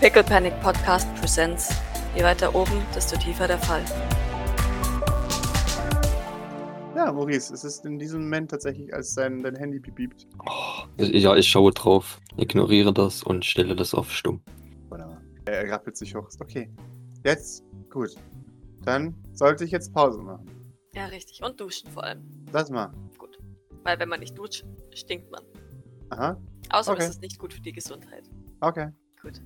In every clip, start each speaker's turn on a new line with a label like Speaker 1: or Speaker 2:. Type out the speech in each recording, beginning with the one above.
Speaker 1: Pickle Panic Podcast presents. Je weiter oben, desto tiefer der Fall.
Speaker 2: Ja, Maurice, es ist in diesem Moment tatsächlich, als dein, dein Handy piept.
Speaker 3: Ja, ich schaue drauf, ignoriere das und stelle das auf stumm.
Speaker 2: Wunderbar. äh, Er er rappelt sich hoch. Ist okay. Jetzt? Gut. Dann sollte ich jetzt Pause machen.
Speaker 1: Ja, richtig. Und duschen vor allem.
Speaker 2: Lass mal.
Speaker 1: Gut. Weil wenn man nicht duscht, stinkt man.
Speaker 2: Aha.
Speaker 1: Außerdem
Speaker 2: Okay.
Speaker 1: ist es nicht gut für die Gesundheit.
Speaker 2: Okay.
Speaker 1: Gut.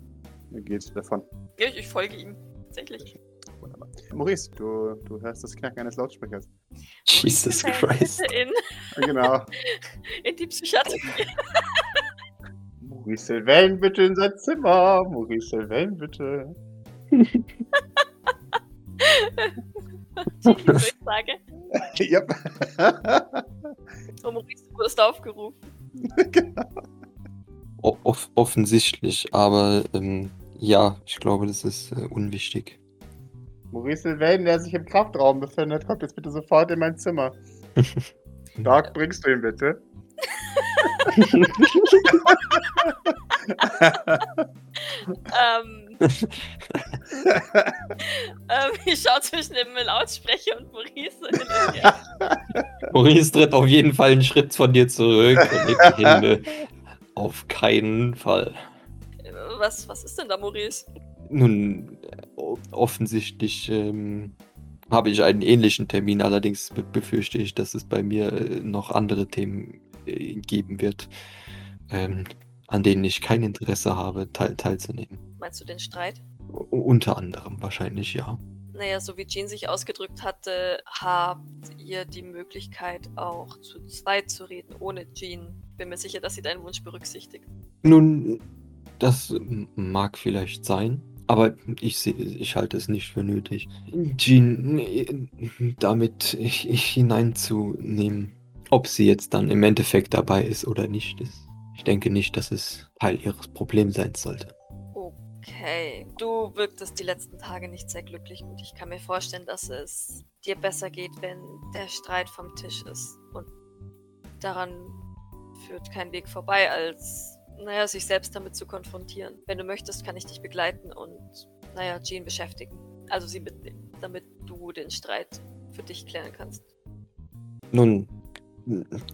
Speaker 2: Er geht davon.
Speaker 1: Ich, ich folge ihm. Tatsächlich.
Speaker 2: Wunderbar. Maurice, du, du hörst das Knacken eines Lautsprechers.
Speaker 3: Jesus
Speaker 1: Bitte
Speaker 3: Christ.
Speaker 1: Äh, In,
Speaker 2: Genau.
Speaker 1: in die Psychiatrie.
Speaker 2: Maurice Sylvain bitte in sein Zimmer. Maurice Sylvain bitte.
Speaker 1: Die Durchsage.
Speaker 2: yep.
Speaker 1: Und Maurice, du wurdest aufgerufen.
Speaker 3: O off offensichtlich, aber ähm, ja, ich glaube, das ist äh, unwichtig.
Speaker 2: Maurice Sylvain, der sich im Kraftraum befindet, kommt jetzt bitte sofort in mein Zimmer. Doc, bringst du ihn bitte?
Speaker 1: Ähm, ähm, ich schaue zwischen dem Lautsprecher und Maurice.
Speaker 3: Maurice tritt auf jeden Fall einen Schritt von dir zurück und hebt die Hände. Auf keinen Fall.
Speaker 1: Was, was ist denn da, Maurice?
Speaker 3: Nun, o- offensichtlich ähm, habe ich einen ähnlichen Termin, allerdings be- befürchte ich, dass es bei mir äh, noch andere Themen äh, geben wird, ähm, an denen ich kein Interesse habe, teil teilzunehmen.
Speaker 1: Meinst du den Streit?
Speaker 3: U unter anderem wahrscheinlich, ja.
Speaker 1: Naja, so wie Jean sich ausgedrückt hatte, habt ihr die Möglichkeit auch zu zweit zu reden, ohne Jean. Bin mir sicher, dass sie deinen Wunsch berücksichtigt.
Speaker 3: Nun, das m- mag vielleicht sein, aber ich, seh- ich halte es nicht für nötig, Jean äh, damit ich, ich hineinzunehmen. Ob sie jetzt dann im Endeffekt dabei ist oder nicht, ist. Ich denke nicht, dass es Teil ihres Problems sein sollte.
Speaker 1: Okay. Du wirktest die letzten Tage nicht sehr glücklich und ich kann mir vorstellen, dass es dir besser geht, wenn der Streit vom Tisch ist. Und daran führt kein Weg vorbei, als, naja, sich selbst damit zu konfrontieren. Wenn du möchtest, kann ich dich begleiten und, naja, Jean beschäftigen. Also sie mitnehmen, damit du den Streit für dich klären kannst.
Speaker 3: Nun,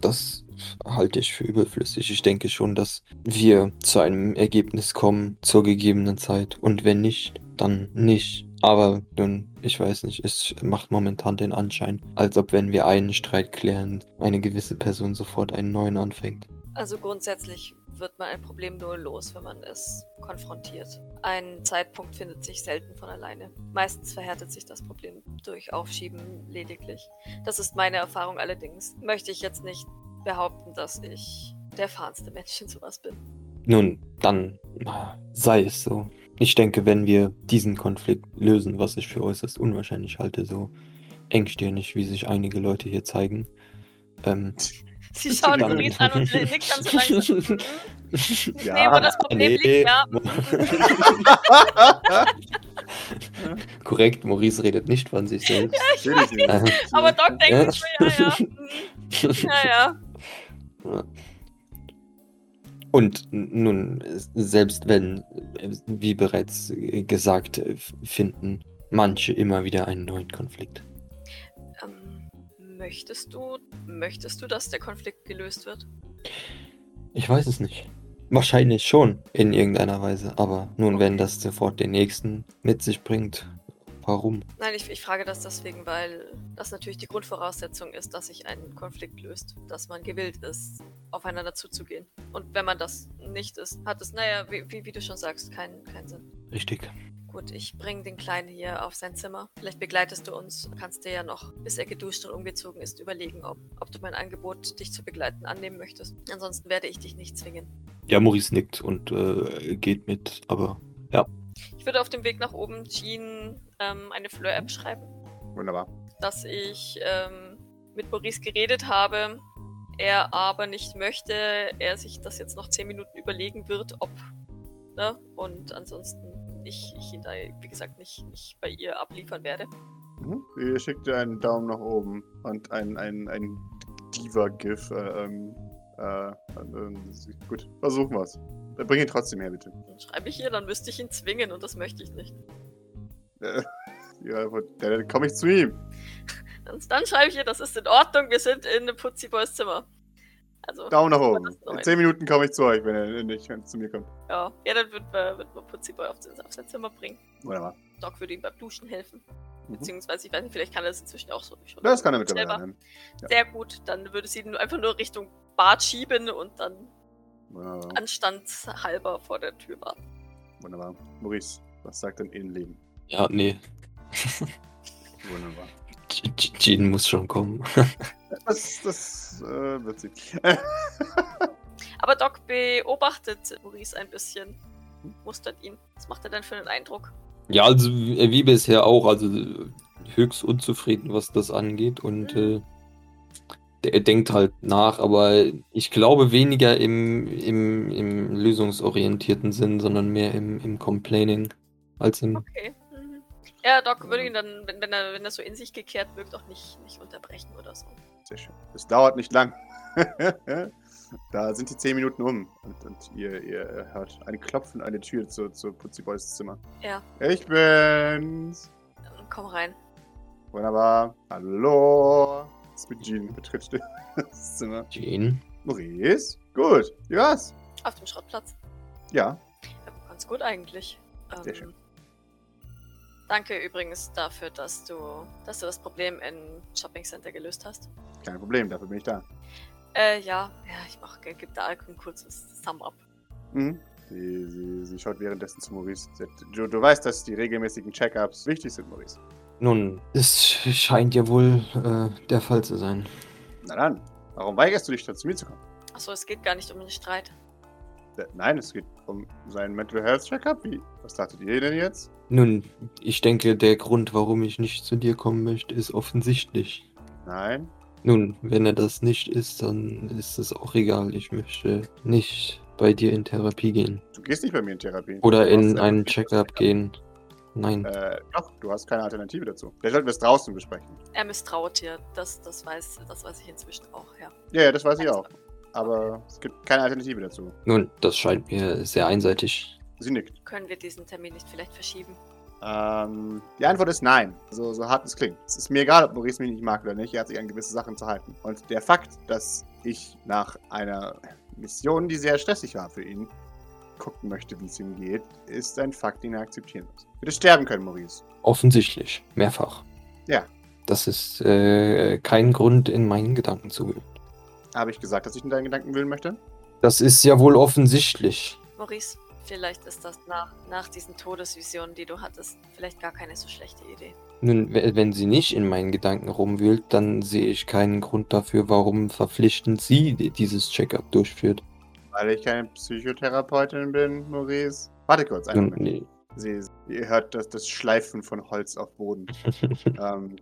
Speaker 3: das halte ich für überflüssig. Ich denke schon, dass wir zu einem Ergebnis kommen zur gegebenen Zeit. Und wenn nicht, dann nicht. Aber nun, ich weiß nicht, es macht momentan den Anschein, als ob wenn wir einen Streit klären, eine gewisse Person sofort einen neuen anfängt.
Speaker 1: Also grundsätzlich wird man ein Problem nur los, wenn man es konfrontiert. Ein Zeitpunkt findet sich selten von alleine. Meistens verhärtet sich das Problem durch Aufschieben lediglich. Das ist meine Erfahrung allerdings. Möchte ich jetzt nicht behaupten, dass ich der erfahrenste Mensch in sowas bin.
Speaker 3: Nun, dann sei es so. Ich denke, wenn wir diesen Konflikt lösen, was ich für äußerst unwahrscheinlich halte, so engstirnig, wie sich einige Leute hier zeigen, ähm,
Speaker 1: Sie schauen
Speaker 2: Dann-
Speaker 1: Maurice an und nickt dann so langsam. Mhm.
Speaker 2: Ja.
Speaker 1: Nee, wo das Problem liegt, ja.
Speaker 3: Korrekt, Maurice redet nicht von sich selbst.
Speaker 2: Natürlich nicht.
Speaker 3: Ähm,
Speaker 1: Aber Doc denkt
Speaker 3: Ja.
Speaker 1: sich so, ja, ja. mhm, Ja, ja.
Speaker 3: Und nun, selbst wenn, äh, wie bereits äh, gesagt, äh, f- finden manche immer wieder einen neuen Konflikt.
Speaker 1: Ähm, möchtest du, möchtest du, dass der Konflikt gelöst wird?
Speaker 3: Ich weiß es nicht. Wahrscheinlich schon, in irgendeiner Weise. Aber nun, wenn das sofort den nächsten mit sich bringt, warum?
Speaker 1: Nein, ich, ich frage das deswegen, weil das natürlich die Grundvoraussetzung ist, dass sich ein Konflikt löst, dass man gewillt ist, aufeinander zuzugehen. Und wenn man das nicht ist, hat es, naja, wie, wie, wie du schon sagst, keinen keinen Sinn.
Speaker 3: Richtig.
Speaker 1: Gut, ich bringe den Kleinen hier auf sein Zimmer. Vielleicht begleitest du uns, kannst dir ja noch, bis er geduscht und umgezogen ist, überlegen, ob, ob du mein Angebot, dich zu begleiten, annehmen möchtest. Ansonsten werde ich dich nicht zwingen.
Speaker 3: Ja, Maurice nickt und äh, geht mit, aber
Speaker 1: Ich würde auf dem Weg nach oben Jean ähm, eine Fleur-App schreiben,
Speaker 2: Wunderbar.
Speaker 1: dass ich ähm, mit Maurice geredet habe, er aber nicht möchte, er sich das jetzt noch zehn Minuten überlegen wird, ob. Ne? Und ansonsten ich, ich ihn da, wie gesagt, nicht, nicht bei ihr abliefern werde.
Speaker 2: Mhm. Ihr schickt ihr einen Daumen nach oben und ein, ein, ein Diva-GIF, äh, ähm, Äh, ähm, gut, versuchen wir's. Äh, Bring ihn trotzdem her, bitte.
Speaker 1: Schreibe ich ihr, dann müsste ich ihn zwingen und das möchte ich nicht.
Speaker 2: Äh, ja, aber dann komme ich zu ihm.
Speaker 1: Und dann schreibe ich ihr, das ist in Ordnung, wir sind in Putzi Boys Zimmer. Also,
Speaker 2: Daumen nach
Speaker 1: das
Speaker 2: oben.
Speaker 1: ist neu.
Speaker 2: In 10 Minuten komme ich zu euch, wenn er nicht wenn er zu mir kommt.
Speaker 1: ja. ja, dann wird man, wird man Putzi Boy auf, auf sein Zimmer bringen.
Speaker 2: Wunderbar.
Speaker 1: Doc würde ihm beim Duschen helfen.
Speaker 2: Mhm.
Speaker 1: Beziehungsweise, ich weiß nicht, vielleicht kann er das inzwischen auch so. Schon.
Speaker 2: Das kann er mittlerweile
Speaker 1: Selber.
Speaker 2: annehmen. ja.
Speaker 1: Sehr gut, dann würde sie ihn einfach nur Richtung Bad schieben und dann
Speaker 2: Mhm. Wunderbar.
Speaker 1: anstandshalber vor der Tür warten.
Speaker 2: Wunderbar. Maurice, was sagt dein Innenleben?
Speaker 3: Ja, nee.
Speaker 2: Wunderbar.
Speaker 3: J- J- Jean muss schon kommen.
Speaker 2: Das, das äh, wird sie.
Speaker 1: Aber Doc beobachtet Maurice ein bisschen,
Speaker 2: Mhm.
Speaker 1: mustert ihn. Was macht er denn für einen Eindruck?
Speaker 3: Ja, also äh, wie bisher auch, also äh, höchst unzufrieden, was das angeht und äh, der- er denkt halt nach, aber ich glaube weniger im, im, im lösungsorientierten Sinn, sondern mehr im, im Complaining als im.
Speaker 1: Okay. Mhm. Ja, Doc würde ihn dann, wenn, wenn, er, wenn er so in sich gekehrt wirkt, auch nicht, nicht unterbrechen oder so.
Speaker 2: Sehr schön. Das dauert nicht lang. da sind die 10 Minuten um und, und ihr, ihr hört ein Klopfen an der Tür zu, zu Putzi Boys Zimmer.
Speaker 1: Ja.
Speaker 2: Ich bin's.
Speaker 1: Dann Komm rein.
Speaker 2: Wunderbar. Hallo. Das ist mit Jean betritt das Zimmer.
Speaker 3: Jean?
Speaker 2: Maurice? Gut. Wie war's?
Speaker 1: Auf dem Schrottplatz.
Speaker 2: Ja.
Speaker 1: Ja, ganz gut eigentlich. Ähm,
Speaker 2: Sehr schön.
Speaker 1: Danke übrigens dafür, dass du, dass du das Problem im Shopping Center gelöst hast.
Speaker 2: Kein Problem, dafür bin ich da.
Speaker 1: Äh, ja, ja, ich mach, gib da ein kurzes Sum-Up.
Speaker 2: Mhm. Sie, sie, sie schaut währenddessen zu Maurice. Sie sagt, du, du weißt, dass die regelmäßigen Check-ups wichtig sind, Maurice.
Speaker 3: Nun, es scheint ja wohl äh, der Fall zu sein.
Speaker 2: Na dann, warum weigerst du dich, dann zu mir zu kommen?
Speaker 1: Achso, es geht gar nicht um den Streit.
Speaker 2: Äh, Nein, es geht um seinen Mental Health Checkup. Wie? Was dachtet ihr denn jetzt?
Speaker 3: Nun, ich denke, der Grund, warum ich nicht zu dir kommen möchte, ist offensichtlich.
Speaker 2: Nein.
Speaker 3: Nun, wenn er das nicht ist, dann ist es auch egal. Ich möchte nicht bei dir in Therapie gehen.
Speaker 2: Du gehst nicht bei mir in Therapie. Du
Speaker 3: Oder
Speaker 2: hast ein-
Speaker 3: in einen Check-up gehen. Nein.
Speaker 2: Äh, doch, du hast keine Alternative dazu. Vielleicht sollten wir es draußen besprechen.
Speaker 1: Er misstraut dir. Das, das weiß, das weiß ich inzwischen auch, ja. Also,
Speaker 2: Ja, ja, das weiß ich auch. Aber es gibt keine Alternative dazu.
Speaker 3: Nun, das scheint mir sehr einseitig.
Speaker 2: Sie nickt.
Speaker 1: Können wir diesen Termin nicht vielleicht verschieben?
Speaker 2: Ähm, die Antwort ist nein. So, so hart es klingt. Es ist mir egal, ob Maurice mich nicht mag oder nicht. Er hat sich an gewisse Sachen zu halten. Und der Fakt, dass ich nach einer Mission, die sehr stressig war für ihn, gucken möchte, wie es ihm geht, ist ein Fakt, den er akzeptieren muss. Bitte sterben können, Maurice.
Speaker 3: Offensichtlich. Mehrfach.
Speaker 2: Ja.
Speaker 3: Das ist äh, kein Grund, in meinen Gedanken zu gehen.
Speaker 2: Habe ich gesagt, dass ich in deinen Gedanken wühlen möchte?
Speaker 3: Das ist ja wohl offensichtlich.
Speaker 1: Maurice, vielleicht ist das nach, nach diesen Todesvisionen, die du hattest, vielleicht gar keine so schlechte Idee.
Speaker 3: Nun, we- wenn sie nicht in meinen Gedanken rumwühlt, dann sehe ich keinen Grund dafür, warum verpflichtend sie di- dieses Check-up durchführt.
Speaker 2: Weil ich keine Psychotherapeutin bin, Maurice. Warte kurz, einen
Speaker 3: Nun,
Speaker 2: Moment.
Speaker 3: nee.
Speaker 2: Sie, ihr hört das, das Schleifen von Holz auf Boden. ähm,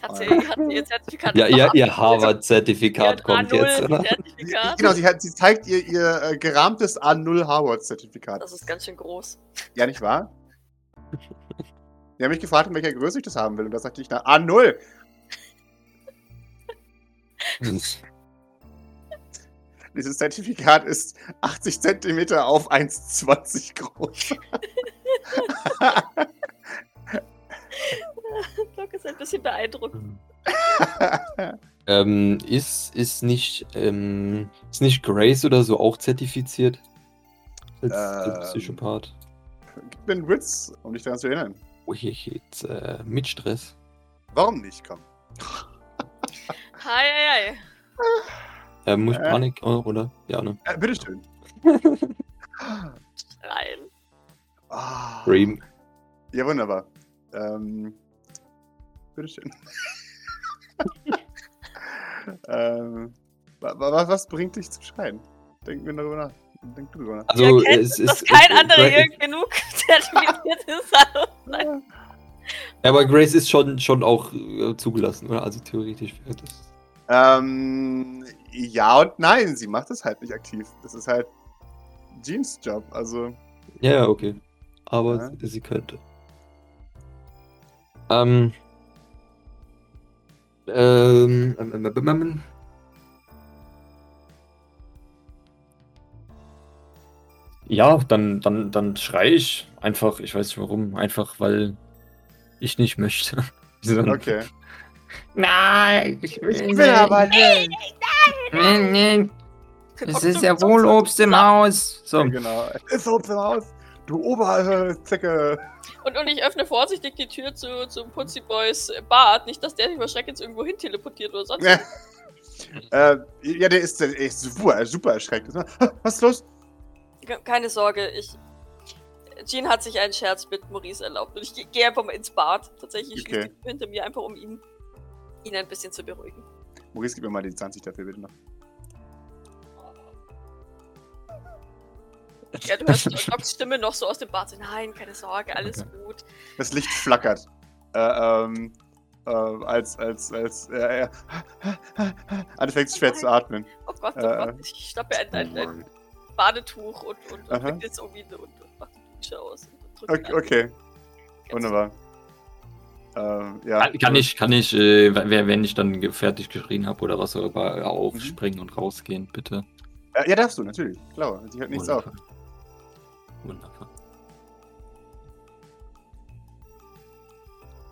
Speaker 1: Hat
Speaker 2: Ah,
Speaker 1: sie,
Speaker 2: ja.
Speaker 1: hat sie ihr Zertifikat
Speaker 3: Ja, ihr, ihr
Speaker 1: Sie hat
Speaker 3: Harvard-Zertifikat kommt
Speaker 1: A0
Speaker 3: jetzt, oder?
Speaker 2: sie,
Speaker 1: Zertifikat.
Speaker 2: genau, sie, hat, sie zeigt ihr ihr äh, gerahmtes A0 Harvard-Zertifikat.
Speaker 1: Das ist ganz schön groß.
Speaker 2: Ja, nicht wahr? Sie haben mich gefragt, in welcher Größe ich das haben will. Und das sagte ich nach A0. Dieses Zertifikat ist 80 Zentimeter auf 1,20 groß.
Speaker 1: Doc ist ein bisschen beeindruckt.
Speaker 3: ähm, ist, ist, nicht, ähm, ist nicht Grace oder so auch zertifiziert? Als, als
Speaker 2: Ähm.
Speaker 3: Psychopath.
Speaker 2: Gib mir einen Witz, um dich daran zu erinnern.
Speaker 3: Oh, hier geht's äh, mit Stress.
Speaker 2: Warum nicht? Komm.
Speaker 1: Hi, hi, hi.
Speaker 3: Äh, muss ich
Speaker 2: Äh.
Speaker 3: Panik, oh, oder? Ja, ne?
Speaker 2: Äh, bitteschön.
Speaker 1: Rein.
Speaker 2: Ah.
Speaker 3: Dream.
Speaker 2: Ja, wunderbar. Ähm, bitteschön. ähm, wa- wa- was, was bringt dich zum Schreien? Denk mir darüber nach. Denk du darüber nach.
Speaker 3: Also,
Speaker 1: Ihr kennt
Speaker 3: es
Speaker 1: Dass
Speaker 3: ist.
Speaker 1: kein anderer
Speaker 3: Gra-
Speaker 1: Jürgen genug zertifiziert ist. Also, nein.
Speaker 3: Ja, aber Grace ist schon, schon auch äh, zugelassen, oder? Also theoretisch wäre das.
Speaker 2: Ähm, ja und nein, sie macht es halt nicht aktiv. Das ist halt Jeans Job. Also,
Speaker 3: Ja, ja, okay. Aber
Speaker 2: Ja.
Speaker 3: sie, sie könnte. Ähm. Ähm. ähm, ähm, ähm, ähm.
Speaker 4: Ja, dann, dann, dann schreie ich einfach, ich weiß nicht warum, einfach weil ich nicht möchte.
Speaker 3: Mhm.
Speaker 4: Sondern-
Speaker 2: Okay.
Speaker 4: Nein, ich will,
Speaker 2: Ich will aber nicht.
Speaker 4: Nein, nein, es ist ja wohl
Speaker 1: oben.
Speaker 4: Obst im Haus. So,
Speaker 2: Genau. Ist so im Haus. Du Oberzicke.
Speaker 1: Und, und ich öffne vorsichtig die Tür zu, zum Putzi Boys Bad. Nicht, dass der sich über Schreck jetzt irgendwo hin teleportiert oder sonst.
Speaker 2: Ja. äh, ja, der ist, der ist super, super erschreckt. Was ist los?
Speaker 1: Ke- Keine Sorge, ich. Jean hat sich einen Scherz mit Maurice erlaubt. Und ich ge- gehe einfach mal ins Bad. Tatsächlich schließe
Speaker 2: Okay.
Speaker 1: die Tür hinter mir einfach, um ihn, ihn ein bisschen zu beruhigen.
Speaker 2: Maurice, gib mir mal die 20 dafür, bitte noch.
Speaker 1: Ja, du hörst Jocks Stimme noch so aus dem Bad. So, nein, keine Sorge, alles
Speaker 4: Okay.
Speaker 1: gut.
Speaker 2: Das Licht flackert. Äh, ähm, äh, als, als, als, äh, er anfängt schwer zu atmen.
Speaker 1: Oh Gott, oh
Speaker 2: Äh,
Speaker 1: Gott. Ich schnappe ein, ein, ein
Speaker 4: Mann.
Speaker 1: Badetuch und, und, und
Speaker 2: Aha.
Speaker 1: wickel es um ihn und, und mache die Dusche aus. Und drück ihn
Speaker 2: Okay,
Speaker 1: an.
Speaker 2: okay
Speaker 1: Ganz-
Speaker 2: wunderbar. Ähm, ja.
Speaker 4: kann, kann ich, kann ich, äh, wer- wenn ich dann ge- fertig geschrien habe oder was auch
Speaker 2: Mhm.
Speaker 4: immer, aufspringen und rausgehen, bitte.
Speaker 2: Äh, ja, darfst du, natürlich. Klar, sie hört nichts auf.
Speaker 4: Wundervoll. Wundervoll.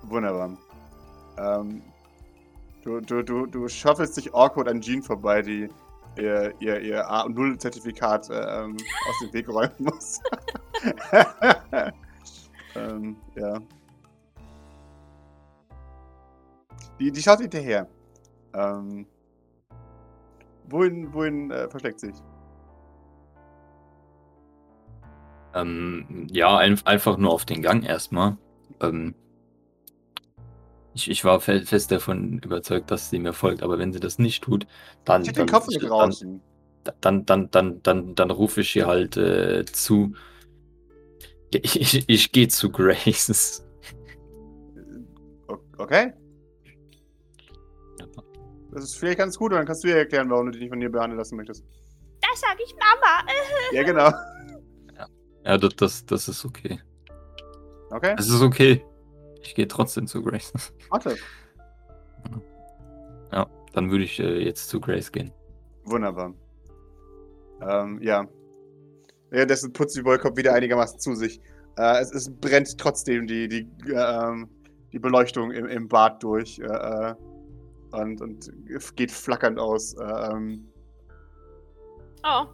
Speaker 2: Wunderbar. Ähm, du, du, du, du schaffelst dich awkward an Jean vorbei, die ihr, ihr, ihr A0-Zertifikat äh, ähm, aus dem Weg räumen muss. ähm, ja. Die, die schaut hinterher. Ähm, wohin wohin äh, versteckt sich?
Speaker 4: Ähm, ja, ein, einfach nur auf den Gang erstmal. Ähm, ich, ich war fe fest davon überzeugt, dass sie mir folgt, aber wenn sie das nicht tut, dann,
Speaker 2: Ich hab
Speaker 4: dann,
Speaker 2: den Kopf
Speaker 4: dann,
Speaker 2: nicht draußen.
Speaker 4: dann, dann, dann, dann, dann rufe ich ihr halt äh, zu. Ich, ich, ich gehe zu Grace.
Speaker 2: O- Okay? Das ist vielleicht ganz gut, und dann kannst du ihr erklären, warum du dich nicht von ihr behandeln lassen möchtest.
Speaker 1: Das sag ich Mama.
Speaker 2: Ja, genau.
Speaker 4: Ja, das, das, das ist okay.
Speaker 2: Okay,
Speaker 4: Das ist okay. Ich gehe trotzdem zu Grace.
Speaker 2: warte.
Speaker 4: Dann würde ich äh, jetzt zu Grace gehen.
Speaker 2: Wunderbar. Ähm, ja. Währenddessen putzt die Boy kommt wieder einigermaßen zu sich. Äh, es, es brennt trotzdem die, die, äh, ähm, die Beleuchtung im, im Bad durch äh, äh, und, und f- geht flackernd aus. Äh, ähm,
Speaker 1: Oh.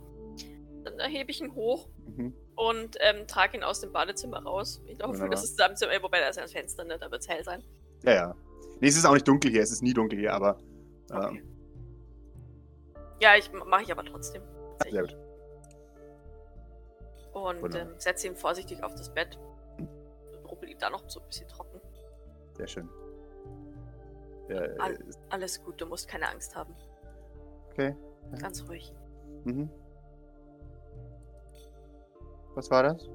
Speaker 1: Dann hebe ich ihn hoch
Speaker 2: mhm.
Speaker 1: und ähm, trage ihn aus dem Badezimmer raus. In der Hoffnung,
Speaker 2: Wunderbar.
Speaker 1: dass es zusammen zum wobei da ist ja das Fenster, ne? da wird es hell sein.
Speaker 2: ja, ja. Nee, es ist auch nicht dunkel hier, es ist nie dunkel hier, aber ähm,
Speaker 1: Okay. Ja, ich mache ich aber trotzdem.
Speaker 2: Ah, sehr gut.
Speaker 1: Und
Speaker 2: Wunderbar.
Speaker 1: ähm, setze ihn vorsichtig auf das Bett. Und rubbel ihn da noch so ein bisschen trocken.
Speaker 2: Sehr schön. Ja, äh,
Speaker 1: Al- Alles gut, du musst keine Angst haben.
Speaker 2: Okay.
Speaker 1: Ganz ruhig.
Speaker 2: mhm. Was war das?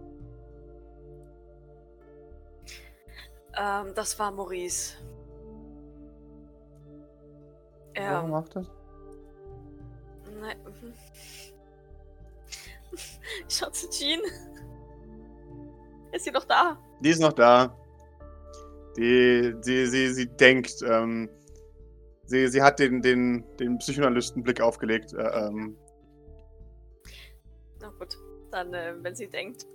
Speaker 1: Ähm, das war Maurice. Er,
Speaker 2: Warum macht das?
Speaker 1: ne, Schaut zu Jean. Ist sie noch da?
Speaker 2: Die ist noch da. Die, die, sie, sie denkt, ähm, sie, sie hat den, den, den Psychoanalystenblick aufgelegt. Äh, ähm,
Speaker 1: Na gut, dann, äh, wenn sie denkt,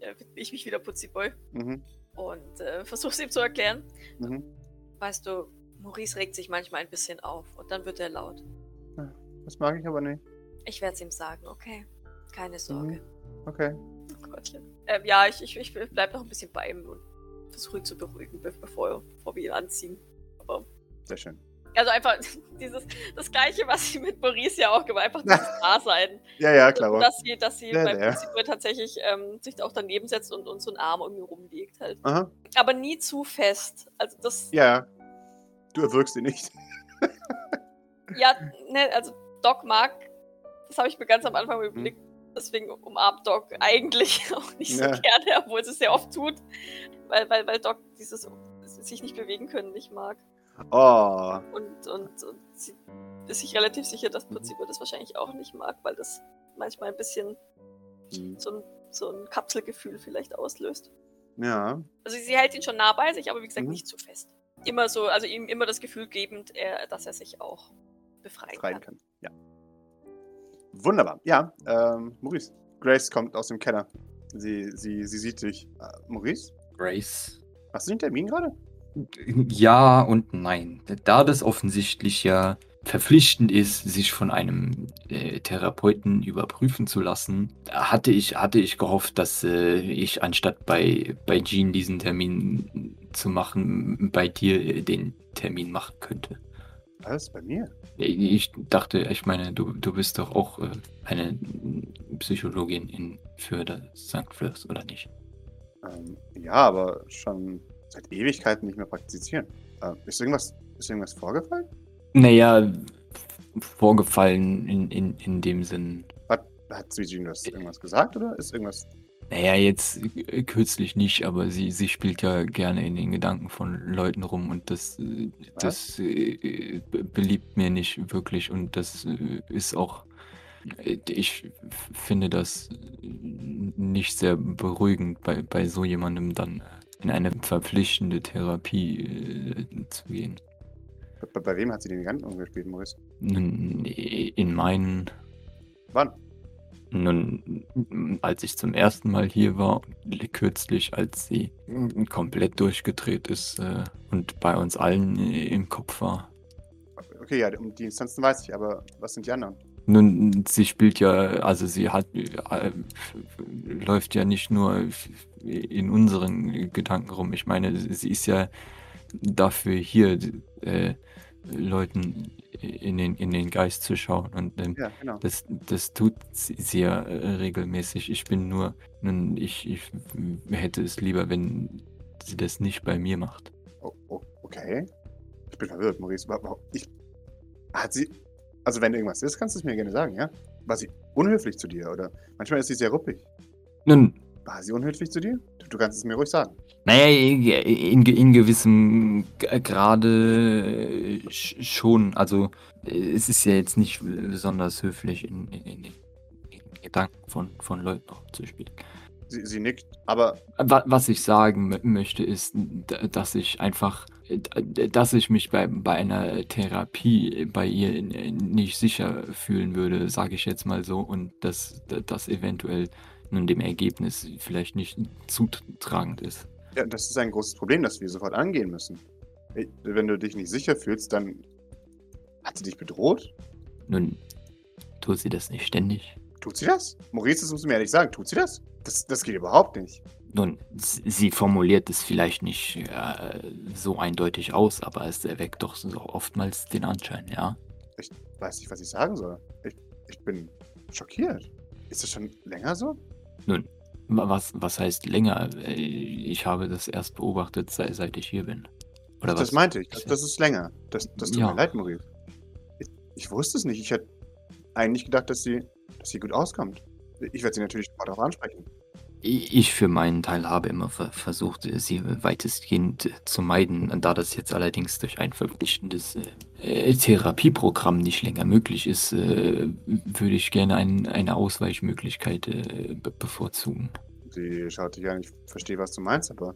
Speaker 1: äh, widme ich mich wieder Putziboy
Speaker 2: mhm,
Speaker 1: und äh, versuch's ihm zu erklären.
Speaker 2: mhm.
Speaker 1: Weißt du, Maurice regt sich manchmal ein bisschen auf und dann wird er laut.
Speaker 2: Das mag ich aber nicht.
Speaker 1: Ich werde es ihm sagen, okay? Keine Sorge.
Speaker 2: Mhm. Okay.
Speaker 1: Oh Gottchen. Ähm, ja, ich, ich, ich bleib noch ein bisschen bei ihm und versuche ihn zu beruhigen, be- bevor, bevor wir ihn anziehen.
Speaker 2: Sehr schön.
Speaker 1: Also einfach dieses, das gleiche, was sie mit Maurice ja auch gemacht hat, einfach dieses Dasein.
Speaker 2: Ja, ja, klar.
Speaker 1: Dass sie, dass sie
Speaker 2: Ja,
Speaker 1: beim
Speaker 2: ja.
Speaker 1: Putziboy tatsächlich ähm, sich auch daneben setzt und, und so einen Arm irgendwie rumlegt halt.
Speaker 2: Aha.
Speaker 1: Aber nie zu fest. Also das,
Speaker 2: Ja. Du erwürgst ihn nicht.
Speaker 1: ja, ne, also Doc mag, das habe ich mir ganz am Anfang überlegt, deswegen umarmt Doc eigentlich auch nicht
Speaker 2: Ja.
Speaker 1: so gerne, obwohl sie es sehr oft tut, weil, weil, weil Doc dieses sich nicht bewegen können nicht mag.
Speaker 2: Oh.
Speaker 1: Und, und, und sie ist sich relativ sicher, dass Prinzip das wahrscheinlich auch nicht mag, weil das manchmal ein bisschen
Speaker 2: Hm.
Speaker 1: so ein, so ein Kapselgefühl vielleicht auslöst.
Speaker 2: Ja.
Speaker 1: Also sie hält ihn schon nah bei sich, aber wie gesagt,
Speaker 2: Mhm.
Speaker 1: nicht zu fest. Immer so, also ihm immer das Gefühl gebend, er, dass er sich auch befreien
Speaker 2: Schreien
Speaker 1: kann.
Speaker 2: kann. Ja. Wunderbar. Ja. Ähm, Maurice. Grace kommt aus dem Keller. Sie, sie, sie sieht dich. Äh, Maurice?
Speaker 3: Grace.
Speaker 2: Hast du den Termin gerade?
Speaker 3: Ja und nein. Da das offensichtlich ja verpflichtend ist, sich von einem äh, Therapeuten überprüfen zu lassen, hatte ich, hatte ich gehofft, dass äh, ich anstatt bei, bei Jean diesen Termin zu machen, bei dir äh, den Termin machen könnte. Äh,
Speaker 2: Was? Bei mir?
Speaker 3: Ich dachte, ich meine, du, du bist doch auch äh, eine Psychologin in für das St. Flörs, oder nicht?
Speaker 2: Ähm, ja, aber schon seit Ewigkeiten nicht mehr praktizieren. Ähm, ist, irgendwas, ist irgendwas vorgefallen?
Speaker 3: Naja, vorgefallen in, in, in dem Sinn.
Speaker 2: Hat, hat Sujin das irgendwas gesagt oder ist irgendwas.
Speaker 3: Naja, jetzt äh, kürzlich nicht, aber sie, sie spielt ja gerne in den Gedanken von Leuten rum und das, äh, das äh, be- beliebt mir nicht wirklich und das äh, ist auch, äh, ich f- finde das äh, nicht sehr beruhigend, bei, bei so jemandem dann in eine verpflichtende Therapie äh, zu gehen.
Speaker 2: Bei, bei wem hat sie den Gedanken umgespielt, Maurice?
Speaker 3: Nun, in meinen
Speaker 2: Wann?
Speaker 3: Nun, m, als ich zum ersten Mal hier war, l- kürzlich, als sie m, komplett durchgedreht ist äh, und bei uns allen äh, im Kopf war.
Speaker 2: Okay, ja, um die Instanzen weiß ich, aber was sind die anderen?
Speaker 3: Nun, sie spielt ja, also sie hat, äh, f- f- läuft ja nicht nur f- in unseren Gedanken rum. Ich meine, sie ist ja dafür hier, äh, Leuten in den, in den Geist zu schauen und ähm,
Speaker 2: Ja, genau.
Speaker 3: Das, das tut sie sie ja äh, regelmäßig. Ich bin nur, nun, ich, ich hätte es lieber, wenn sie das nicht bei mir macht.
Speaker 2: Oh, oh, okay. Ich bin verwirrt, Maurice. Wa- wa- Ich, hat sie. Also, wenn irgendwas ist, kannst du es mir gerne sagen, ja? War sie unhöflich zu dir oder manchmal ist sie sehr ruppig.
Speaker 3: Nun,
Speaker 2: War sie unhöflich zu dir? Du, du kannst es mir ruhig sagen.
Speaker 3: naja, in, ge- in gewissem G- Grade äh, sch- schon. Also, äh, es ist ja jetzt nicht besonders höflich, in, in, in, in Gedanken von, von Leuten aufzuspielen.
Speaker 2: Sie, sie nickt, aber
Speaker 3: Wa- Was ich sagen mö- möchte, ist, d- dass ich einfach, d- dass ich mich bei, bei einer Therapie bei ihr n- nicht sicher fühlen würde, sage ich jetzt mal so, und dass d- das eventuell nun dem Ergebnis vielleicht nicht zutragend ist.
Speaker 2: ja, das ist ein großes Problem, das wir sofort angehen müssen. Ey, Wenn du dich nicht sicher fühlst, dann. Hat sie dich bedroht?
Speaker 3: Nun, tut sie das nicht ständig?
Speaker 2: Tut sie das? Maurice, das musst du mir ehrlich sagen. Tut sie das? Das, das geht überhaupt nicht.
Speaker 3: Nun, s- sie formuliert es vielleicht nicht äh, so eindeutig aus, aber es erweckt doch so oftmals den Anschein, ja.
Speaker 2: Weiß nicht, was ich sagen soll. Ich, ich bin schockiert. Ist das schon länger so?
Speaker 3: Wa- Was, was heißt länger? Äh, Ich habe das erst beobachtet, sei- seit ich hier bin. Oder
Speaker 2: das
Speaker 3: was?
Speaker 2: meinte ich. Das, das ist länger. Das, das tut
Speaker 3: Ja.
Speaker 2: mir leid, Maurice. Ich, ich wusste es nicht. Ich hätte eigentlich gedacht, dass sie, dass sie gut auskommt. Ich werde sie natürlich sofort darauf ansprechen.
Speaker 3: I- ich für meinen Teil habe immer ver- versucht, äh, sie weitestgehend äh, zu meiden. Da das jetzt allerdings durch ein verpflichtendes äh, äh, Therapieprogramm nicht länger möglich ist, äh, würde ich gerne ein, eine Ausweichmöglichkeit äh, be- bevorzugen.
Speaker 2: Sie schaut dich an. Ich verstehe, was du meinst, aber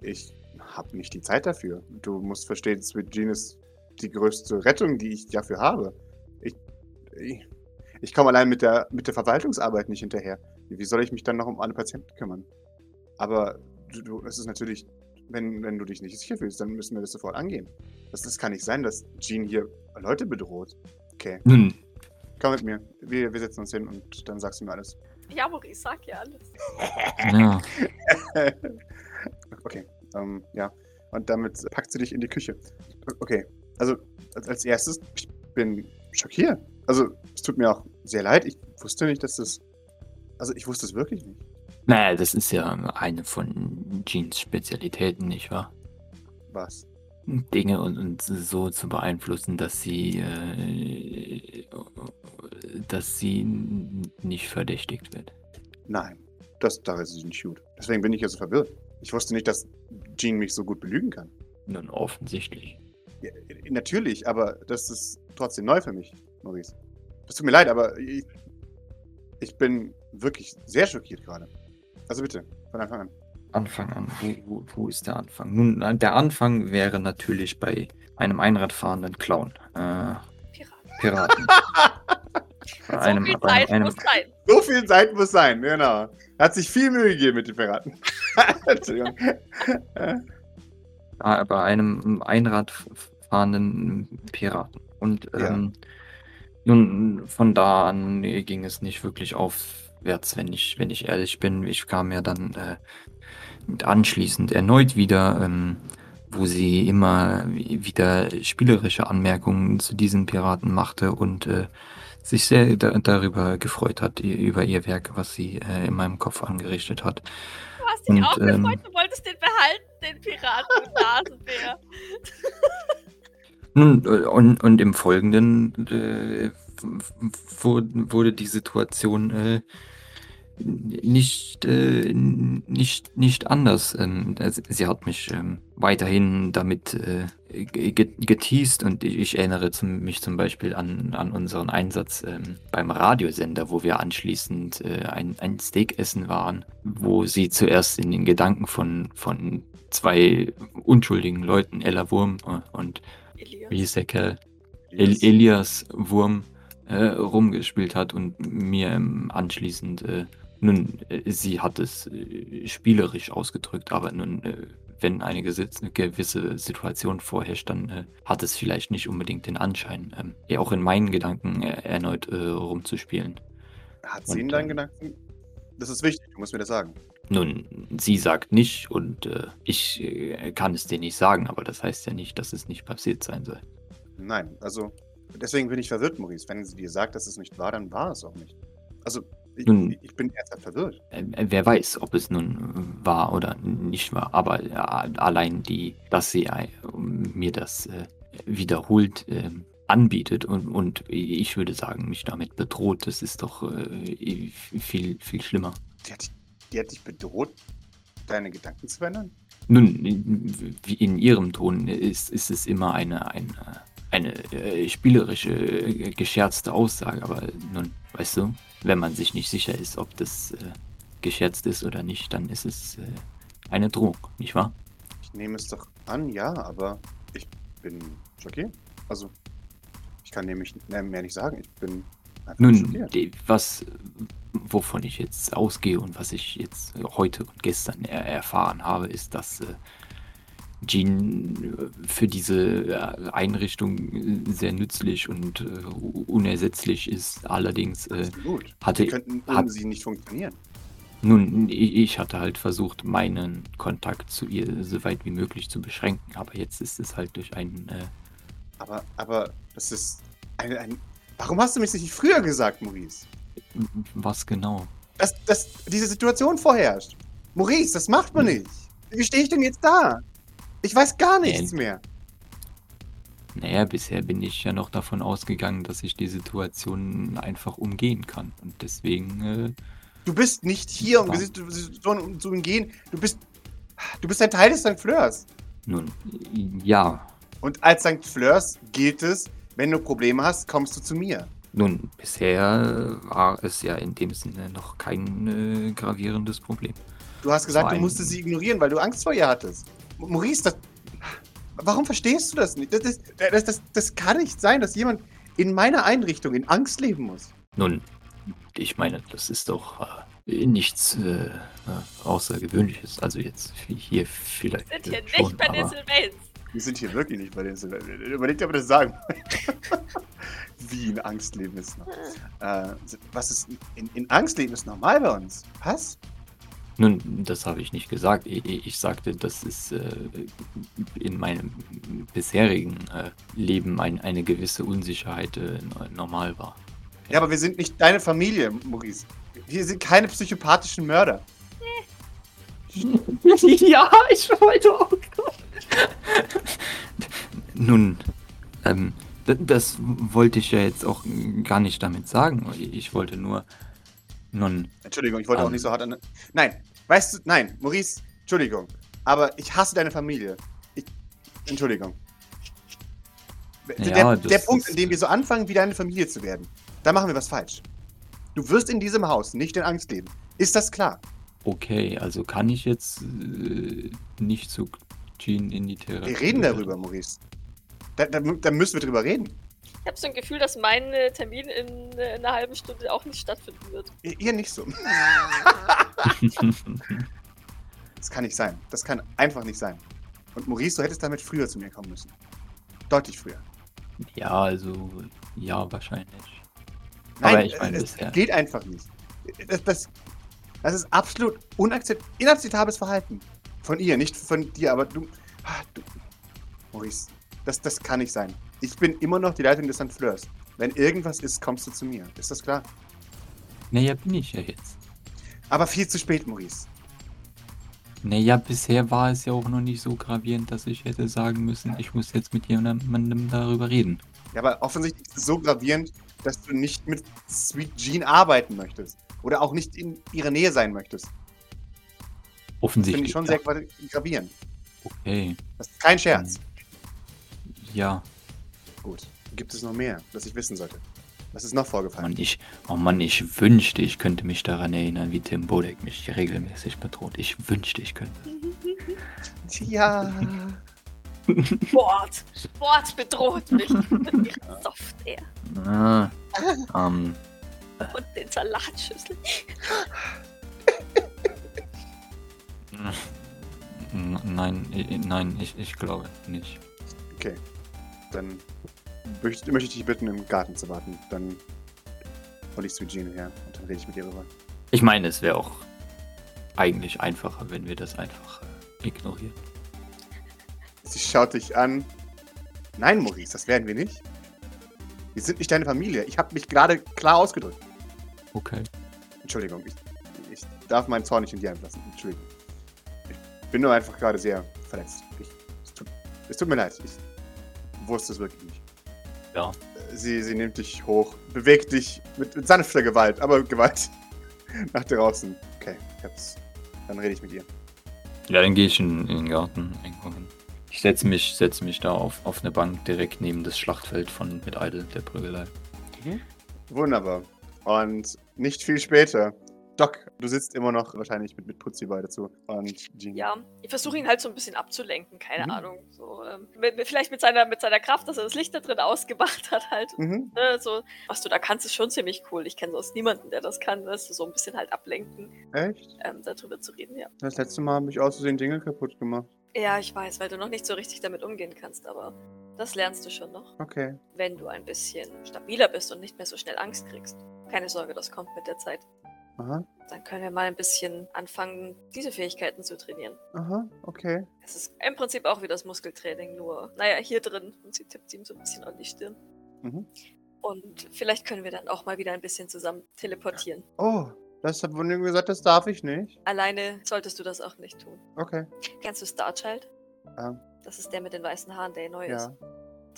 Speaker 2: ich habe nicht die Zeit dafür. Du musst verstehen, Sweet Jean ist die größte Rettung, die ich dafür habe. Ich, ich, ich komme allein mit der, mit der Verwaltungsarbeit nicht hinterher. Wie soll ich mich dann noch um alle Patienten kümmern? Aber du, du, es ist natürlich, wenn, wenn du dich nicht sicher fühlst, dann müssen wir das sofort angehen. Das, das kann nicht sein, dass Jean hier Leute bedroht. Okay,
Speaker 3: Nun,
Speaker 2: komm mit mir. Wir, wir setzen uns hin und dann sagst du mir alles.
Speaker 1: Ja, Maurice, sag ja alles.
Speaker 3: ja.
Speaker 2: okay, ähm, ja. Und damit packt sie dich in die Küche. Okay, also als als erstes, ich bin schockiert. Also, es tut mir auch sehr leid. Ich wusste nicht, dass das. Also, ich wusste es wirklich nicht.
Speaker 3: Naja, das ist ja eine von Jeans Spezialitäten, nicht wahr?
Speaker 2: Was?
Speaker 3: Dinge und, und so zu beeinflussen, dass sie, äh, dass sie n- nicht verdächtigt wird.
Speaker 2: Nein, das, da ist es nicht gut. Deswegen bin ich ja so verwirrt. Ich wusste nicht, dass Jean mich so gut belügen kann.
Speaker 3: Nun offensichtlich.
Speaker 2: Ja, natürlich, aber das ist trotzdem neu für mich, Maurice. Es tut mir leid, aber ich, ich bin wirklich sehr schockiert gerade. Also bitte, von Anfang an.
Speaker 3: Anfang an, wo, wo, wo ist der Anfang? Nun, der Anfang wäre natürlich bei einem Einradfahrenden Clown. Äh,
Speaker 1: Piraten.
Speaker 3: Piraten. Bei einem,
Speaker 1: so viel
Speaker 3: bei einem-
Speaker 1: Zeit
Speaker 3: einem-
Speaker 1: muss sein.
Speaker 2: So viel Zeit muss sein, genau. Hat sich viel Mühe gegeben mit dem Verraten. Entschuldigung.
Speaker 3: Ah, bei einem Einrad f- fahrenden Piraten. Und
Speaker 2: Ja.
Speaker 3: ähm, nun, von da an ging es nicht wirklich aufwärts, wenn ich, wenn ich ehrlich bin. Ich kam ja dann äh, mit anschließend erneut wieder, ähm, wo sie immer wieder spielerische Anmerkungen zu diesen Piraten machte und äh, sich sehr da darüber gefreut hat, i- über ihr Werk, was sie äh, in meinem Kopf angerichtet hat.
Speaker 1: Du hast
Speaker 3: Und,
Speaker 1: dich aufgefreut,
Speaker 3: ähm,
Speaker 1: du wolltest den behalten, den Piraten und Nasenbär.
Speaker 3: Nun, äh, und, und im Folgenden äh, f- f- wurde, wurde die Situation äh, nicht, äh, n- nicht, nicht anders. Ähm, also sie hat mich ähm, weiterhin damit äh, ge- ge- geteased und ich, ich erinnere zum, mich zum Beispiel an, an unseren Einsatz ähm, beim Radiosender, wo wir anschließend äh, ein, ein Steak essen waren, wo sie zuerst in den Gedanken von, von zwei unschuldigen Leuten, Ella Wurm äh, und wie
Speaker 1: Elias.
Speaker 3: hieß der Kerl? El Elias Wurm äh, rumgespielt hat und mir ähm, anschließend, äh, nun, äh, sie hat es äh, spielerisch ausgedrückt, aber nun, äh, wenn eine gesetz- gewisse Situation vorherrscht, dann äh, hat es vielleicht nicht unbedingt den Anschein, ähm, ja auch in meinen Gedanken äh, erneut äh, rumzuspielen.
Speaker 2: Hat sie
Speaker 3: Und,
Speaker 2: ihn dann
Speaker 3: ähm,
Speaker 2: Gedanken? Das ist wichtig, du musst mir das sagen.
Speaker 3: Nun, sie sagt nicht und äh, ich äh, kann es dir nicht sagen, aber das heißt ja nicht, dass es nicht passiert sein soll.
Speaker 2: Nein, also deswegen bin ich verwirrt, Maurice. Wenn sie dir sagt, dass es nicht war, dann war es auch nicht. Also ich,
Speaker 3: Nun.
Speaker 2: ich bin ernsthaft verwirrt.
Speaker 3: Ähm, Wer weiß, ob es nun war oder nicht war, aber äh, allein die, dass sie äh, mir das äh, wiederholt ähm, anbietet und, und ich würde sagen, mich damit bedroht, das ist doch äh, viel, viel schlimmer.
Speaker 2: Die hat, dich- die hat dich bedroht, deine Gedanken zu verändern?
Speaker 3: Nun, in- wie in ihrem Ton ist, ist es immer eine, eine, eine äh, spielerische, äh, gescherzte Aussage, aber nun, weißt du, wenn man sich nicht sicher ist, ob das äh, gescherzt ist oder nicht, dann ist es äh, eine Drohung, nicht wahr?
Speaker 2: Ich nehme es doch an, ja, aber ich bin schockiert. Also ich kann nämlich äh, mehr nicht sagen. Ich bin einfach
Speaker 3: Nun,
Speaker 2: schockiert.
Speaker 3: die- was, wovon ich jetzt ausgehe und was ich jetzt heute und gestern er erfahren habe, ist, dass äh, Jean äh, für diese äh, Einrichtung äh, sehr nützlich und äh, u- unersetzlich ist. Allerdings äh,
Speaker 2: Absolut.
Speaker 3: hatte
Speaker 2: Die könnten
Speaker 3: hat-
Speaker 2: ohne sie nicht funktionieren.
Speaker 3: nun, ich, ich hatte halt versucht, meinen Kontakt zu ihr so weit wie möglich zu beschränken, aber jetzt ist es halt durch einen äh,
Speaker 2: Aber, aber das ist ein, ein. Warum hast du mich das nicht früher gesagt, Maurice?
Speaker 3: was genau?
Speaker 2: dass, dass diese Situation vorherrscht. Maurice, das macht man nicht. Wie stehe ich denn jetzt da? Ich weiß gar nichts
Speaker 3: Ähm.
Speaker 2: mehr.
Speaker 3: Naja, bisher bin ich ja noch davon ausgegangen, dass ich die Situation einfach umgehen kann. Und deswegen, äh,
Speaker 2: Du bist nicht hier, um
Speaker 3: Warum?
Speaker 2: diese Situation um- zu umgehen. Du bist, du bist ein Teil des St. Fleurs.
Speaker 3: nun, ja,
Speaker 2: Und als St. Fleurs gilt es, wenn du Probleme hast, kommst du zu mir.
Speaker 3: nun, bisher war es ja in dem Sinne noch kein äh, gravierendes Problem.
Speaker 2: Du hast gesagt,
Speaker 3: Vor
Speaker 2: du
Speaker 3: allem-
Speaker 2: musstest sie ignorieren, weil du Angst vor ihr hattest. M- Maurice, das, warum verstehst du das nicht? Das, ist- das, das, das kann nicht sein, dass jemand in meiner Einrichtung in Angst leben muss.
Speaker 3: Nun, ich meine, das ist doch äh, nichts äh, äh, Außergewöhnliches. Also jetzt hier vielleicht.
Speaker 1: Sind
Speaker 3: äh,
Speaker 1: hier nicht
Speaker 3: schon,
Speaker 1: bei den
Speaker 3: aber,
Speaker 1: Sylvains.
Speaker 2: Wir sind hier wirklich nicht bei den Silvester. Überlegt, ob wir das sagen wollen. Wie in Angst leben ist noch. Äh, was ist in, in Angst leben ist normal bei uns? Was?
Speaker 3: Nun, das habe ich nicht gesagt. Ich, ich ich sagte, das ist äh, in meinem bisherigen äh, Leben ein, eine gewisse Unsicherheit äh, no- normal war.
Speaker 2: Ja, aber wir sind nicht deine Familie, Maurice. Wir sind keine psychopathischen Mörder.
Speaker 3: ja, ich wollte auch. Nun, ähm, d- das wollte ich ja jetzt auch gar nicht damit sagen. Ich wollte nur, nun,
Speaker 2: Entschuldigung, ich wollte auch
Speaker 3: Ähm.
Speaker 2: nicht so hart an. Nein, weißt du, nein, Maurice, Entschuldigung. Aber ich hasse deine Familie. Ich, Entschuldigung.
Speaker 3: Ja,
Speaker 2: der
Speaker 3: das
Speaker 2: der Punkt,
Speaker 3: ist-
Speaker 2: an dem wir so anfangen, wie deine Familie zu werden, da machen wir was falsch. Du wirst in diesem Haus nicht in Angst leben. Ist das klar?
Speaker 3: okay, also kann ich jetzt äh, nicht zu Jean in die Therapie.
Speaker 2: Wir reden darüber, Maurice. Da, da, da müssen wir drüber reden.
Speaker 1: Ich habe so ein Gefühl, dass mein äh, Termin in, äh, einer halben Stunde auch nicht stattfinden wird.
Speaker 2: Ihr, ihr nicht so. Das kann nicht sein. Das kann einfach nicht sein. Und Maurice, du hättest damit früher zu mir kommen müssen. Deutlich früher.
Speaker 5: ja, also, ja, wahrscheinlich.
Speaker 2: Nein, äh,
Speaker 5: Aber ich meine
Speaker 2: es
Speaker 5: bisher.
Speaker 2: geht einfach nicht. Das, das, das ist absolut unakzept inakzeptables Verhalten. Von ihr, nicht von dir, aber du. ah, du Maurice, das, das kann nicht sein. Ich bin immer noch die Leitung des St. Fleurs. Wenn irgendwas ist, kommst du zu mir. Ist das klar?
Speaker 5: Naja, bin ich ja jetzt.
Speaker 2: Aber viel zu spät, Maurice.
Speaker 5: Naja, bisher war es ja auch noch nicht so gravierend, dass ich hätte sagen müssen, ich muss jetzt mit jemandem darüber reden.
Speaker 2: Ja, aber offensichtlich ist es so gravierend, dass du nicht mit Sweet Jean arbeiten möchtest. Oder auch nicht in ihrer Nähe sein möchtest. Das
Speaker 5: Offensichtlich.
Speaker 2: finde ich schon
Speaker 5: ja.
Speaker 2: sehr gra- gravierend.
Speaker 5: Okay,
Speaker 2: Das ist kein Scherz.
Speaker 5: ja.
Speaker 2: Gut. Gibt es noch mehr, das ich wissen sollte? Was ist noch vorgefallen?
Speaker 5: Und ich, oh Mann, ich wünschte, ich könnte mich daran erinnern, wie Tim Bodek mich regelmäßig bedroht. Ich wünschte, ich könnte.
Speaker 2: Ja.
Speaker 1: Sport! Sport bedroht mich. Mit ihrer Software
Speaker 5: Ah, ähm,
Speaker 1: und den Salatschüssel.
Speaker 5: n- nein, i- i- nein, ich, ich glaube nicht.
Speaker 2: Okay. Dann möchte, möchte ich dich bitten, im Garten zu warten. Dann hol ich Eugene her und dann rede ich mit ihr darüber.
Speaker 5: Ich meine, es wäre auch eigentlich einfacher, wenn wir das einfach äh, ignorieren.
Speaker 2: Sie schaut dich an. Nein, Maurice, das werden wir nicht. Wir sind nicht deine Familie. Ich habe mich gerade klar ausgedrückt.
Speaker 5: Okay.
Speaker 2: Entschuldigung, ich, ich darf meinen Zorn nicht in dir einlassen. Entschuldigung. Ich bin nur einfach gerade sehr verletzt. Ich, es, tut, es tut mir leid. Ich wusste es wirklich nicht.
Speaker 5: Ja.
Speaker 2: Sie, sie nimmt dich hoch, bewegt dich mit, mit sanfter Gewalt, aber Gewalt nach draußen. Okay, ich hab's. Dann rede ich mit ihr.
Speaker 5: Ja, dann gehe ich in, in den Garten irgendwo hin. Ich setze mich, setz mich da auf, auf eine Bank direkt neben das Schlachtfeld von mit Idle, der Prügelei.
Speaker 2: Wunderbar. Und nicht viel später. Doc, du sitzt immer noch wahrscheinlich mit, mit Putzi bei dazu. Und Jean.
Speaker 1: Ja, ich versuche ihn halt so ein bisschen abzulenken, keine
Speaker 2: Mhm.
Speaker 1: Ahnung. So, ähm, mit, mit, vielleicht mit seiner, mit seiner Kraft, dass er das Licht da drin ausgemacht hat, halt.
Speaker 2: Mhm.
Speaker 1: Ne, so, was du da kannst, ist schon ziemlich cool. Ich kenne sonst niemanden, der das kann. Weißt du, so ein bisschen halt ablenken,
Speaker 2: Echt?
Speaker 1: ähm, darüber zu reden, ja.
Speaker 2: Das letzte Mal habe ich auszusehen Dinge kaputt gemacht.
Speaker 1: Ja, ich weiß, weil du noch nicht so richtig damit umgehen kannst, aber das lernst du schon noch,
Speaker 2: Okay.
Speaker 1: wenn du ein bisschen stabiler bist und nicht mehr so schnell Angst kriegst. Keine Sorge, das kommt mit der Zeit.
Speaker 2: Aha.
Speaker 1: Dann können wir mal ein bisschen anfangen, diese Fähigkeiten zu trainieren.
Speaker 2: Aha. Okay.
Speaker 1: Es ist im Prinzip auch wie das Muskeltraining, nur, naja, hier drin. Und sie tippt ihm so ein bisschen an die Stirn.
Speaker 2: Mhm.
Speaker 1: Und vielleicht können wir dann auch mal wieder ein bisschen zusammen teleportieren.
Speaker 2: Oh, das hat Wunding gesagt, das darf ich nicht.
Speaker 1: Alleine solltest du das auch nicht tun.
Speaker 2: Okay.
Speaker 1: Kennst du Starchild?
Speaker 2: Ähm.
Speaker 1: Das ist der mit den weißen Haaren, der neu ist.
Speaker 2: Ja.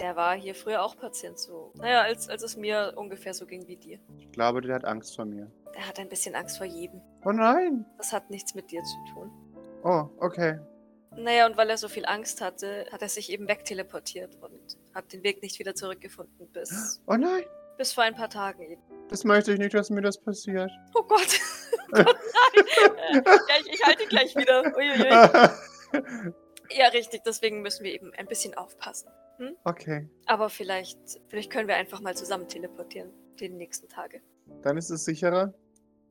Speaker 1: Der war hier früher auch Patient so. Naja, als, als es mir ungefähr so ging wie dir.
Speaker 2: Ich glaube, der hat Angst vor mir.
Speaker 1: Er hat ein bisschen Angst vor jedem.
Speaker 2: Oh nein.
Speaker 1: Das hat nichts mit dir zu tun.
Speaker 2: Oh, okay.
Speaker 1: Naja, und weil er so viel Angst hatte, hat er sich eben wegteleportiert und hat den Weg nicht wieder zurückgefunden bis,
Speaker 2: Oh nein.
Speaker 1: bis vor ein paar Tagen eben.
Speaker 2: Das möchte ich nicht, dass mir das passiert.
Speaker 1: Oh Gott. oh nein. ja, ich, ich halte ihn gleich wieder. Uiuiui. Ja, richtig, deswegen müssen wir eben ein bisschen aufpassen.
Speaker 2: okay.
Speaker 1: Aber vielleicht, vielleicht können wir einfach mal zusammen teleportieren, die nächsten Tage.
Speaker 2: Dann ist es sicherer.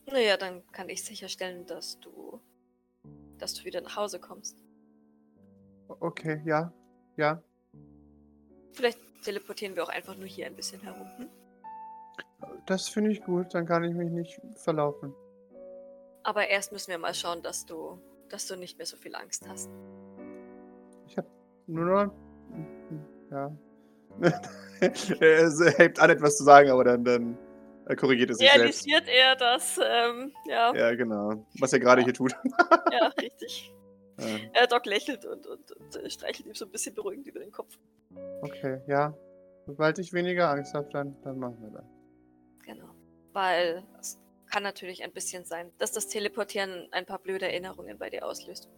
Speaker 1: Naja, dann kann ich sicherstellen, dass du, dass du wieder nach Hause kommst.
Speaker 2: Okay, ja. Ja.
Speaker 1: Vielleicht teleportieren wir auch einfach nur hier ein bisschen herum. Hm?
Speaker 2: Das finde ich gut. Dann kann ich mich nicht verlaufen.
Speaker 1: Aber erst müssen wir mal schauen, dass du, dass du nicht mehr so viel Angst hast.
Speaker 2: Nur noch. Ja. es hebt an, etwas zu sagen, aber dann, dann äh, korrigiert es sich selbst.
Speaker 1: Realisiert er das? Ähm, ja, ja,
Speaker 2: Ja, genau. Was er gerade hier tut.
Speaker 1: richtig.
Speaker 2: Äh,
Speaker 1: Äh, Doc lächelt und, und, und äh, streichelt ihm so ein bisschen beruhigend über den Kopf.
Speaker 2: okay, ja. Sobald ich weniger Angst habe, dann, dann machen wir das.
Speaker 1: Genau. Weil es kann natürlich ein bisschen sein, dass das Teleportieren ein paar blöde Erinnerungen bei dir auslöst.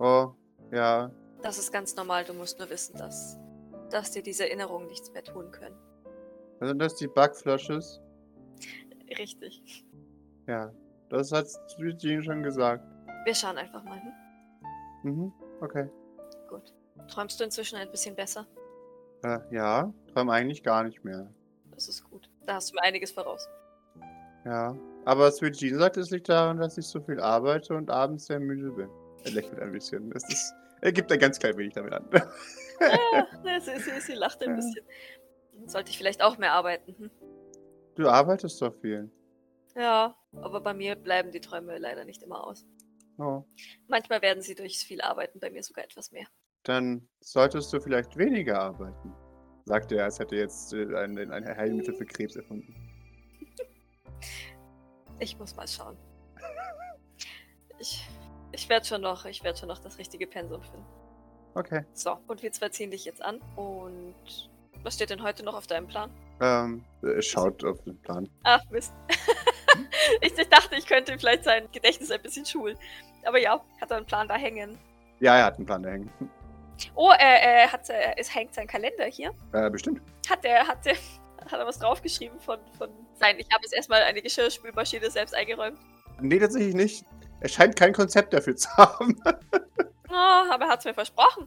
Speaker 2: Oh, ja.
Speaker 1: Das ist ganz normal, du musst nur wissen, dass, dass dir diese Erinnerungen nichts mehr tun können.
Speaker 2: Sind Also, das die Backflashes?
Speaker 1: Richtig.
Speaker 2: Ja. Das hat Sweet Jean schon gesagt.
Speaker 1: Wir schauen einfach mal. Hm?
Speaker 2: Mhm. Okay.
Speaker 1: Gut. Träumst du inzwischen ein bisschen besser?
Speaker 2: Äh, ja, träum eigentlich gar nicht mehr.
Speaker 1: das ist gut. Da hast du mir einiges voraus.
Speaker 2: Ja. Aber Sweet Jean sagt, es liegt daran, dass ich so viel arbeite und abends sehr müde bin. Er lächelt ein bisschen. Es ist, er gibt ein ganz klein wenig damit an.
Speaker 1: Ja, sie, sie, sie lacht ein
Speaker 2: Ja.
Speaker 1: bisschen. Sollte ich vielleicht auch mehr arbeiten. Hm?
Speaker 2: du arbeitest doch viel.
Speaker 1: Ja, aber bei mir bleiben die Träume leider nicht immer aus.
Speaker 2: Oh.
Speaker 1: Manchmal werden sie durchs viel Arbeiten bei mir sogar etwas mehr.
Speaker 2: Dann solltest du vielleicht weniger arbeiten. Sagt er, als hätte er jetzt äh, ein, ein Heilmittel für Krebs erfunden.
Speaker 1: Ich muss mal schauen. Ich, ich werde schon noch, ich werde schon noch das richtige Pensum finden.
Speaker 2: Okay.
Speaker 1: So, und wir zwei ziehen dich jetzt an. Und was steht denn heute noch auf deinem Plan?
Speaker 2: Ähm, er schaut auf den Plan.
Speaker 1: Ach, Mist. ich, ich dachte, ich könnte vielleicht sein Gedächtnis ein bisschen schulen. Aber ja, hat er einen Plan da hängen.
Speaker 2: Ja, er hat einen Plan, der hängt.
Speaker 1: Oh, äh, äh, hat, äh, es hängt sein Kalender hier.
Speaker 2: Äh, bestimmt.
Speaker 1: Hat er, hat er, hat er was draufgeschrieben von, von sein? Ich habe jetzt erstmal eine Geschirrspülmaschine selbst eingeräumt.
Speaker 2: Nee, tatsächlich nicht. Er scheint kein Konzept dafür zu haben.
Speaker 1: Oh, aber er hat es mir versprochen.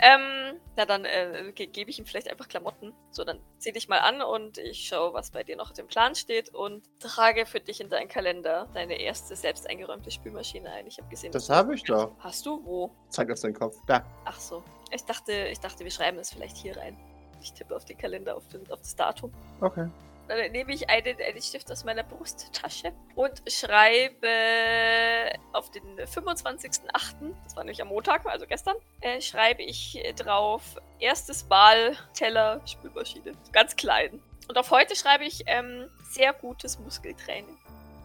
Speaker 1: Ähm, na dann äh, ge gebe ich ihm vielleicht einfach Klamotten. So, dann zieh dich mal an und ich schaue, was bei dir noch auf dem Plan steht und trage für dich in deinen Kalender deine erste selbst eingeräumte Spülmaschine ein. Ich habe gesehen,
Speaker 2: Das
Speaker 1: dass-
Speaker 2: habe ich doch.
Speaker 1: Hast du wo?
Speaker 2: Zeigt auf seinen Kopf. Da.
Speaker 1: Ach so. Ich dachte, ich dachte, wir schreiben es vielleicht hier rein. Ich tippe auf den Kalender, auf, den, auf das Datum.
Speaker 2: Okay.
Speaker 1: Dann nehme ich einen, einen Stift aus meiner Brusttasche und schreibe auf den 25.08., das war nämlich am Montag, also gestern, äh, schreibe ich äh, drauf erstes Mal Teller, Spülmaschine. Ganz klein. Und auf heute schreibe ich ähm, sehr gutes Muskeltraining.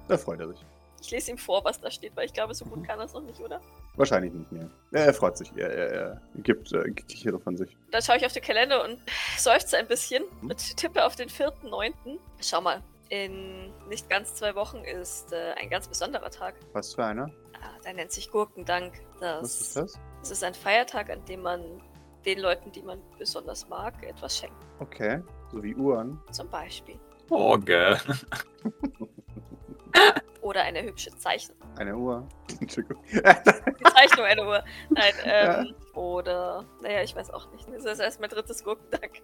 Speaker 2: Da freut er sich.
Speaker 1: Ich lese ihm vor, was da steht, weil ich glaube, so gut kann er es noch nicht, oder?
Speaker 2: Wahrscheinlich nicht mehr. Er, er freut sich. Er, er, er gibt äh, Kichere von sich.
Speaker 1: Dann schaue ich auf den Kalender und seufze ein bisschen und tippe auf den 4.9. Schau mal, in nicht ganz zwei Wochen ist äh, ein ganz besonderer Tag.
Speaker 2: Was für einer?
Speaker 1: Ah, der nennt sich Gurkendank. Das,
Speaker 2: Was ist das?
Speaker 1: Es ist ein Feiertag, an dem man den Leuten, die man besonders mag, etwas schenkt.
Speaker 2: Okay. So wie Uhren.
Speaker 1: Zum Beispiel.
Speaker 4: Oh,
Speaker 3: Orgel.
Speaker 1: Oder eine hübsche Zeichnung.
Speaker 2: Eine Uhr. Entschuldigung.
Speaker 1: Die Zeichnung einer Uhr. Nein, ähm, Oder, naja, ich weiß auch nicht. Das ist erst mein drittes Gurkendank.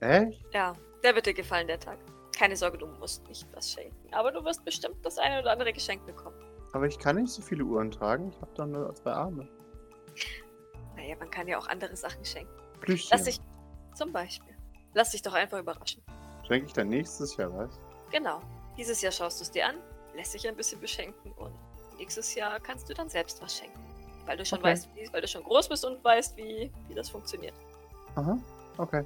Speaker 2: Echt?
Speaker 1: Ja, der wird dir gefallen, der Tag. Keine Sorge, du musst nicht was schenken. Aber du wirst bestimmt das eine oder andere Geschenk bekommen.
Speaker 2: Aber ich kann nicht so viele Uhren tragen. Ich habe doch nur zwei Arme.
Speaker 1: Naja, man kann ja auch andere Sachen schenken.
Speaker 2: Plüschchen.
Speaker 1: Lass dich, zum Beispiel, lass dich doch einfach überraschen.
Speaker 2: Schenke ich dann nächstes Jahr was?
Speaker 1: Genau. Dieses Jahr schaust du es dir an, lässt dich ein bisschen beschenken und nächstes Jahr kannst du dann selbst was schenken. Weil du schon
Speaker 2: Okay.
Speaker 1: weißt, wie, weil du schon groß bist und weißt, wie, wie das funktioniert.
Speaker 2: Aha. Okay.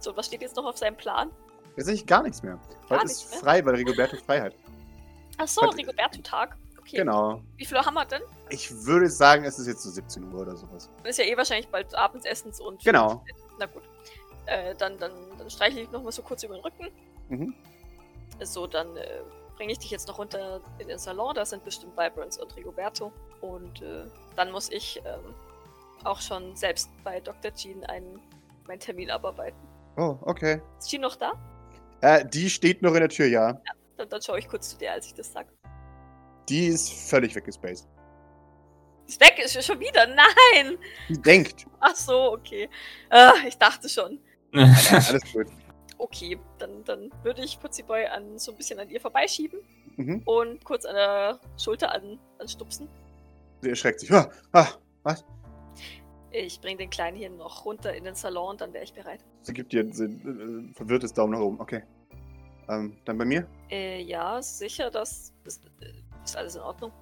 Speaker 1: So, was steht jetzt noch auf seinem Plan?
Speaker 2: Jetzt sehe ich gar nichts mehr. Heute ist
Speaker 1: nichts mehr?
Speaker 2: frei, weil Rigoberto frei hat.
Speaker 1: Achso,
Speaker 2: Hat-
Speaker 1: Rigoberto-Tag. Okay.
Speaker 2: Genau.
Speaker 1: Wie viel Uhr haben wir denn?
Speaker 2: Ich würde sagen, es ist jetzt so 17 Uhr oder sowas.
Speaker 1: Ist ja eh wahrscheinlich bald Abendsessens und.
Speaker 2: Genau.
Speaker 1: Na gut. Äh, dann, dann, dann streichle ich nochmal so kurz über den Rücken.
Speaker 2: Mhm.
Speaker 1: So, dann äh, bringe ich dich jetzt noch runter in den Salon. Da sind bestimmt Vibrance und Rigoberto. Und äh, dann muss ich ähm, auch schon selbst bei Dr. Jean einen, meinen Termin abarbeiten.
Speaker 2: Oh, okay.
Speaker 1: Ist Jean noch da?
Speaker 2: Äh, die steht noch in der Tür, ja.
Speaker 1: Dann, dann schaue ich kurz zu dir, als ich das sage.
Speaker 2: Die ist völlig weggespaced.
Speaker 1: Ist weg, ist schon wieder. Nein!
Speaker 2: Die denkt.
Speaker 1: Ach so, okay. Ah, ich dachte schon.
Speaker 2: Alles gut.
Speaker 1: Okay, dann, dann würde ich Putziboy an, so ein bisschen an ihr vorbeischieben
Speaker 2: Mhm.
Speaker 1: und kurz an der Schulter an, anstupsen.
Speaker 2: Sie erschreckt sich. Ah, ah.
Speaker 1: Ich bringe den Kleinen hier noch runter in den Salon, dann wäre ich bereit.
Speaker 2: Sie gibt ihr ein ein- ein verwirrtes Daumen nach oben. Okay. Ähm, dann bei mir.
Speaker 1: Äh, ja, sicher, das ist, äh, ist alles in Ordnung.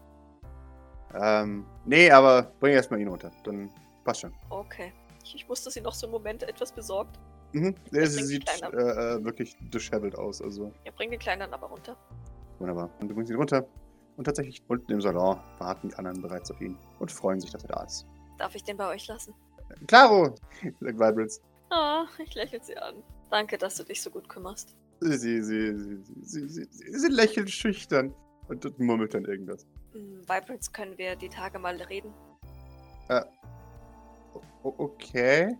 Speaker 2: Ähm, nee, aber bring erstmal ihn runter. Dann passt schon.
Speaker 1: Okay. Ich, ich wusste, dass sie noch so einen Moment etwas besorgt.
Speaker 2: Mhm.
Speaker 1: Ja,
Speaker 2: Sie
Speaker 1: bring
Speaker 2: sieht
Speaker 1: die Kleine.
Speaker 2: äh, äh, wirklich disheveled aus. Also
Speaker 1: Ja, bring den Kleinen dann aber runter.
Speaker 2: wunderbar. Und du bringst ihn runter. Und tatsächlich unten im Salon warten die anderen bereits auf ihn und freuen sich, dass er da ist.
Speaker 1: Darf ich den bei euch lassen?
Speaker 2: Claro! sagt Vibrance.
Speaker 1: Ah, ich lächle sie an. Danke, dass du dich so gut kümmerst.
Speaker 2: Sie, sie, sie, sie, sie, sie, sie lächelt schüchtern und und murmelt dann irgendwas.
Speaker 1: Hm, Vibrance, können wir die Tage mal reden?
Speaker 2: O okay.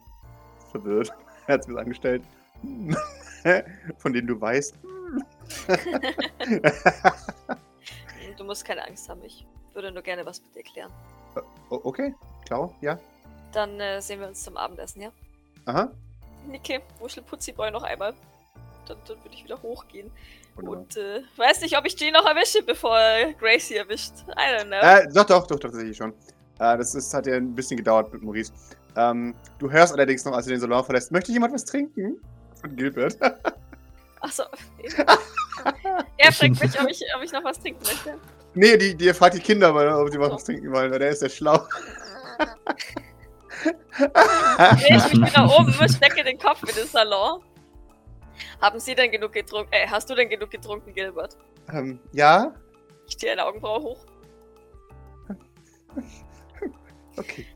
Speaker 2: Verwirrt. Er hat's mir angestellt. Von denen du weißt.
Speaker 1: Hm, Du musst keine Angst haben, ich würde nur gerne was mit dir klären.
Speaker 2: O okay, klar, ja.
Speaker 1: Dann äh, sehen wir uns zum Abendessen, ja?
Speaker 2: Aha.
Speaker 1: Nicke, wuschel Putziboy noch einmal. dann, dann würde ich wieder hochgehen.
Speaker 2: Wunderbar.
Speaker 1: Und äh, weiß nicht, ob ich Jean noch erwische, bevor äh, Gracie erwischt. I don't know.
Speaker 2: Äh, doch, doch, doch, doch, tatsächlich schon. Äh, das ist, hat ja ein bisschen gedauert mit Maurice. Ähm, du hörst allerdings noch, als du den Salon verlässt, möchte jemand was trinken? Von Gilbert.
Speaker 1: Achso. er fragt mich, ob ich, ob ich noch was trinken möchte.
Speaker 2: nee, die, die fragt die Kinder, mal, ob sie was trinken wollen, weil der ist ja schlau.
Speaker 1: Dreh ich mich wieder um, stecke den Kopf in den Salon. Haben Sie denn genug getrunken? Äh, hast du denn genug getrunken, Gilbert?
Speaker 2: ähm, ja?
Speaker 1: Ich stehe eine Augenbraue hoch.
Speaker 2: Okay.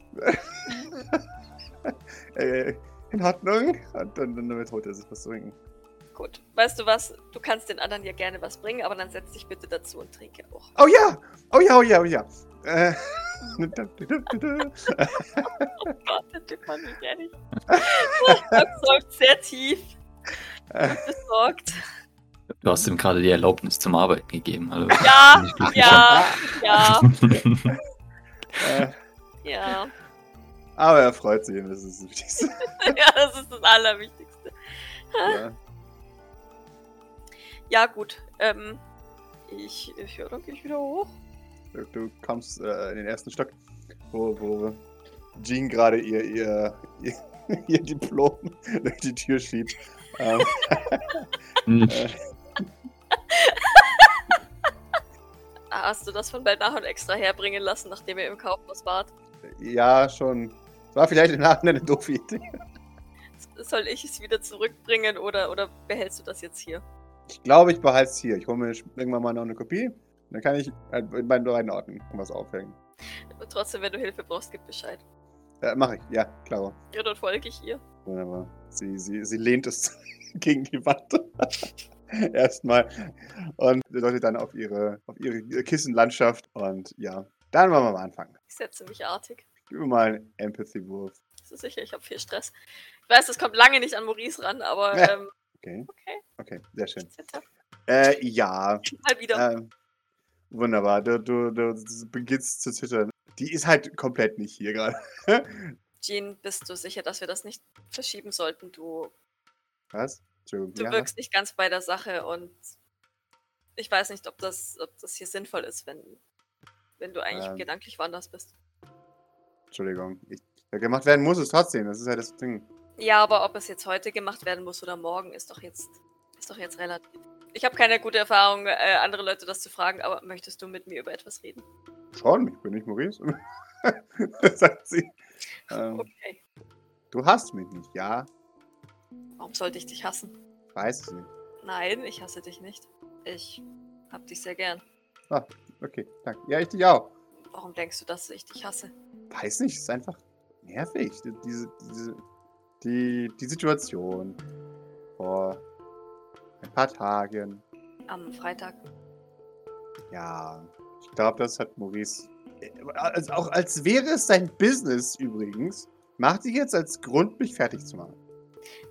Speaker 2: äh, in Ordnung. Und dann, dann damit holt er sich was zu trinken.
Speaker 1: Gut. Weißt du was? Du kannst den anderen ja gerne was bringen, aber dann setz dich bitte dazu und trinke auch.
Speaker 2: Oh ja! Oh ja, oh ja, oh ja. Äh,
Speaker 1: Oh Gott, der Typ man mich ehrlich. Das sorgt sehr tief. Besorgt.
Speaker 3: Du hast ihm gerade die Erlaubnis zum Arbeiten gegeben. Also,
Speaker 1: Ja,
Speaker 3: nicht glücklich
Speaker 1: ja, ja,
Speaker 3: an.
Speaker 2: äh,
Speaker 1: ja.
Speaker 2: aber er freut sich und das ist das Wichtigste.
Speaker 1: Ja, das ist das Allerwichtigste.
Speaker 2: Ja.
Speaker 1: Ja, gut. Ähm, ich, ich höre, dann gehe ich wieder hoch.
Speaker 2: Du, du kommst äh, in den ersten Stock, wo, wo Jean gerade ihr, ihr, ihr, ihr Diplom durch die Tür schiebt. Ähm, äh,
Speaker 1: Ah, Hast du das von Bernard extra herbringen lassen, nachdem ihr im Kaufhaus wart?
Speaker 2: ja, schon. War vielleicht im Nachhinein eine doofe Idee.
Speaker 1: Soll ich es wieder zurückbringen oder, oder behältst du das jetzt hier?
Speaker 2: Ich glaube, ich behalte es hier. Ich hole mir irgendwann mal noch eine Kopie. Dann kann ich äh, in meinen beiden Orten was aufhängen.
Speaker 1: Und trotzdem, wenn du Hilfe brauchst, gib Bescheid.
Speaker 2: Äh, Mache ich, ja, klar.
Speaker 1: Ja, dann folge ich ihr.
Speaker 2: Wunderbar. Sie, sie, sie lehnt es gegen die Wand. Erstmal. Und deutet dann auf ihre, auf ihre Kissenlandschaft. Und ja, dann wollen wir mal anfangen.
Speaker 1: Ich setze mich artig.
Speaker 2: Gib mir mal einen Empathy-Wurf.
Speaker 1: Das ist sicher, ich habe viel Stress. Ich weiß, das kommt lange nicht an Maurice ran, aber
Speaker 2: Ja.
Speaker 1: ähm,
Speaker 2: Okay.
Speaker 1: Okay.
Speaker 2: Okay, sehr schön.
Speaker 1: ich zitter.
Speaker 2: Äh, ja.
Speaker 1: mal wieder.
Speaker 2: Ähm, wunderbar. Du, du, du beginnst zu zittern. Die ist halt komplett nicht hier gerade.
Speaker 1: Jean, bist du sicher, dass wir das nicht verschieben sollten? Du,
Speaker 2: Was? Entschuldigung,
Speaker 1: du
Speaker 2: ja, was?
Speaker 1: wirkst nicht ganz bei der Sache und ich weiß nicht, ob das, ob das hier sinnvoll ist, wenn, wenn du eigentlich
Speaker 2: Ähm.
Speaker 1: gedanklich woanders bist.
Speaker 2: Entschuldigung. Ich, ja, gemacht werden muss es trotzdem. Das ist ja das Ding.
Speaker 1: Ja, aber ob es jetzt heute gemacht werden muss oder morgen, ist doch jetzt, ist doch jetzt relativ. Ich habe keine gute Erfahrung, äh, andere Leute das zu fragen, aber möchtest du mit mir über etwas reden?
Speaker 2: Schon, ich bin nicht Maurice. Sagt sie. Ähm,
Speaker 1: Okay.
Speaker 2: Du hast mich nicht, ja?
Speaker 1: Warum sollte ich dich hassen?
Speaker 2: Weiß es nicht.
Speaker 1: Nein, ich hasse dich nicht. Ich hab dich sehr gern.
Speaker 2: Okay, danke. Ja, ich dich auch.
Speaker 1: Warum denkst du, dass ich dich hasse?
Speaker 2: Weiß nicht, ist einfach nervig. die- Diese, diese, die, die Situation vor ein paar Tagen.
Speaker 1: Am Freitag.
Speaker 2: Ja, ich glaube, das hat Maurice. äh, Als, auch als wäre es sein Business übrigens, macht sich jetzt als Grund, mich fertig zu machen.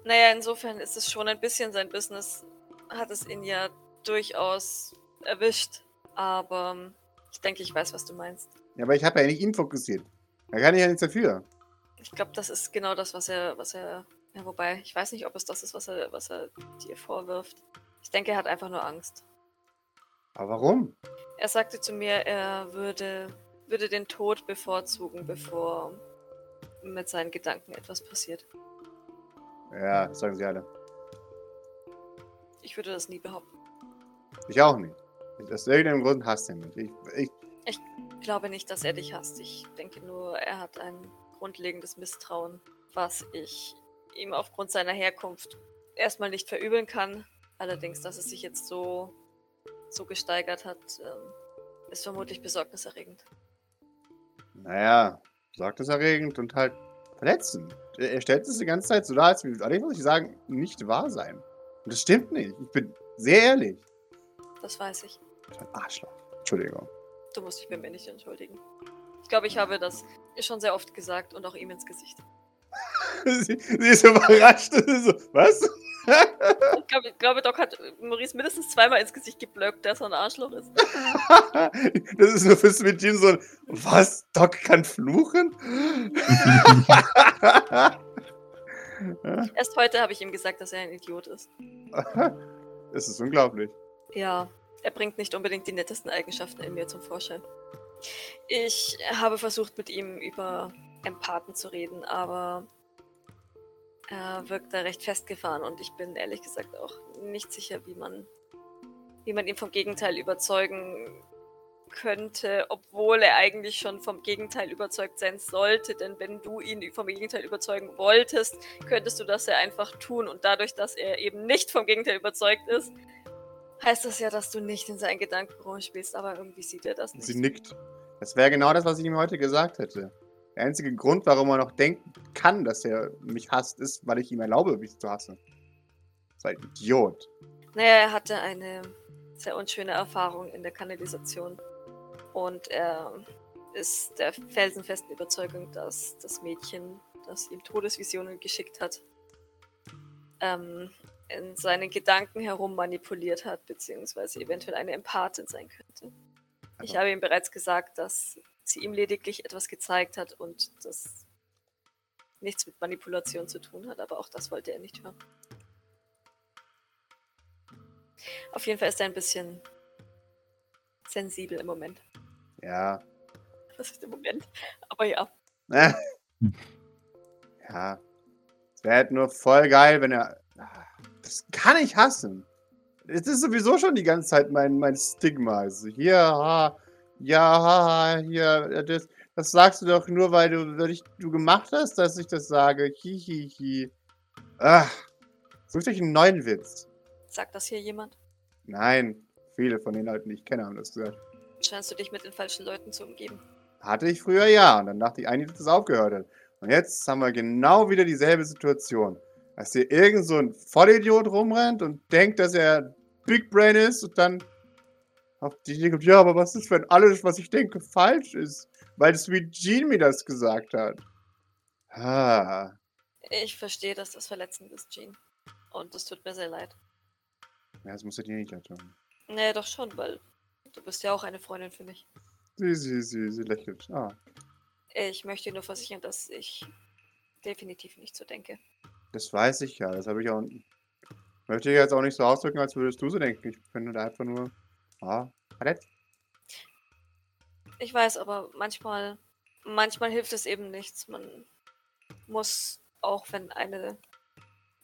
Speaker 1: Naja, insofern ist es schon ein bisschen sein Business. Hat es ihn ja durchaus erwischt. Aber ähm, ich denke, ich weiß, was du meinst.
Speaker 2: Ja, aber ich habe ja nicht ihn fokussiert. Da kann ich ja nichts dafür.
Speaker 1: Ich glaube, das ist genau das, was er, was er. Ja, wobei, ich weiß nicht, ob es das ist, was er, was er dir vorwirft. Ich denke, er hat einfach nur Angst.
Speaker 2: Aber warum?
Speaker 1: Er sagte zu mir, er würde, würde den Tod bevorzugen, bevor mit seinen Gedanken etwas passiert.
Speaker 2: Ja, das sagen sie alle.
Speaker 1: Ich würde das nie behaupten.
Speaker 2: Ich auch nicht. Aus irgendeinem Grund hasst er mich. Ich, ich,
Speaker 1: Ich glaube nicht, dass er dich hasst. Ich denke nur, er hat ein grundlegendes Misstrauen, was ich ihm aufgrund seiner Herkunft erstmal nicht verübeln kann. Allerdings, dass es sich jetzt so, so gesteigert hat, ähm, ist vermutlich besorgniserregend.
Speaker 2: naja, sagt es erregend und halt verletzend. Er er stellt es die ganze Zeit so dar, als würde alles, was ich sagen, nicht wahr sein. Und das stimmt nicht. Ich bin sehr ehrlich.
Speaker 1: Das weiß ich.
Speaker 2: Ich bin ein Arschloch. Entschuldigung.
Speaker 1: Du musst dich bei mir nicht entschuldigen. Ich glaube, ich habe das schon sehr oft gesagt und auch ihm ins Gesicht.
Speaker 2: sie, sie ist überrascht. Sie ist so, was?
Speaker 1: Ich glaube, ich glaube, Doc hat Maurice mindestens zweimal ins Gesicht geblöckt, dass er ein Arschloch ist.
Speaker 2: das ist nur fürs mit Jim so ein, was? Doc kann fluchen?
Speaker 1: Erst heute habe ich ihm gesagt, dass er ein Idiot ist.
Speaker 2: es ist unglaublich.
Speaker 1: Ja, er bringt nicht unbedingt die nettesten Eigenschaften in mir zum Vorschein. Ich habe versucht, mit ihm über Empathen zu reden, aber er wirkt da recht festgefahren und ich bin ehrlich gesagt auch nicht sicher, wie man, wie man ihn vom Gegenteil überzeugen könnte, obwohl er eigentlich schon vom Gegenteil überzeugt sein sollte. Denn wenn du ihn vom Gegenteil überzeugen wolltest, könntest du das ja einfach tun. Und dadurch, dass er eben nicht vom Gegenteil überzeugt ist, heißt das ja, dass du nicht in seinen Gedanken rumspielst. Aber irgendwie sieht er das nicht.
Speaker 2: Sie nickt. Das wäre genau das, was ich ihm heute gesagt hätte. Der einzige Grund, warum er noch denken kann, dass er mich hasst, ist, weil ich ihm erlaube, mich zu hassen. Sei Idiot.
Speaker 1: Naja, er hatte eine sehr unschöne Erfahrung in der Kanalisation. Und er ist der felsenfesten Überzeugung, dass das Mädchen, das ihm Todesvisionen geschickt hat, ähm, in seinen Gedanken herum manipuliert hat, beziehungsweise eventuell eine Empathin sein könnte. Ich habe ihm bereits gesagt, dass sie ihm lediglich etwas gezeigt hat und das nichts mit Manipulation zu tun hat, aber auch das wollte er nicht hören. Auf jeden Fall ist er ein bisschen sensibel im Moment.
Speaker 2: Ja.
Speaker 1: Das ist im Moment. Aber ja.
Speaker 2: ja. Es wäre halt nur voll geil, wenn er. ah, Das kann ich hassen. Es ist sowieso schon die ganze Zeit mein, mein Stigma. Also hier, ha, ja, ha, ha, hier, das, das sagst du doch nur, weil du, weil ich, du gemacht hast, dass ich das sage. Hi, hi, hi. Ach, sucht euch einen neuen Witz.
Speaker 1: Sagt das hier jemand?
Speaker 2: Nein, viele von den Leuten, die ich kenne, haben das gesagt.
Speaker 1: Scheinst du dich mit den falschen Leuten zu umgeben?
Speaker 2: Hatte ich früher ja, und dann dachte ich eigentlich, dass es aufgehört hat. Und jetzt haben wir genau wieder dieselbe Situation. Dass hier irgend so ein Vollidiot rumrennt und denkt, dass er Big Brain ist und dann auf die Idee kommt, ja, aber was ist, wenn alles, was ich denke, falsch ist? Weil Sweet Jean mir das gesagt hat. Ah,
Speaker 1: Ich verstehe, dass das verletzend ist, Jean. Und es tut mir sehr leid.
Speaker 2: ja, das musst du dir nicht leid tun.
Speaker 1: Naja, doch schon, weil du bist ja auch eine Freundin für mich.
Speaker 2: Sie, sie, sie, sie lächelt. Ah,
Speaker 1: Ich möchte nur versichern, dass ich definitiv nicht so denke.
Speaker 2: das weiß ich ja, das habe ich auch. Möchte ich jetzt auch nicht so ausdrücken, als würdest du so denken. Ich finde da einfach nur. Ah, verletzt.
Speaker 1: Ich weiß, aber manchmal, manchmal hilft es eben nichts. Man muss, auch wenn eine,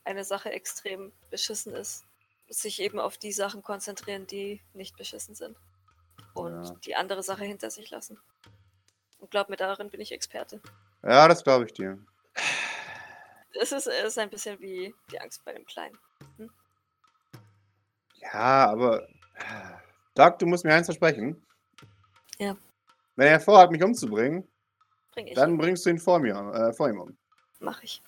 Speaker 1: eine Sache extrem beschissen ist, sich eben auf die Sachen konzentrieren, die nicht beschissen sind. Und
Speaker 2: Ja.
Speaker 1: die andere Sache hinter sich lassen. Und glaub mir, darin bin ich Experte.
Speaker 2: Ja, das glaube ich dir.
Speaker 1: Es ist, es ist ein bisschen wie die Angst bei dem Kleinen.
Speaker 2: Ja, aber. äh, Doc, du musst mir eins versprechen.
Speaker 1: Ja.
Speaker 2: Wenn er vorhat, mich umzubringen,
Speaker 1: Bring ich.
Speaker 2: dann bringst du ihn vor mir, äh, vor ihm um.
Speaker 1: Mach ich.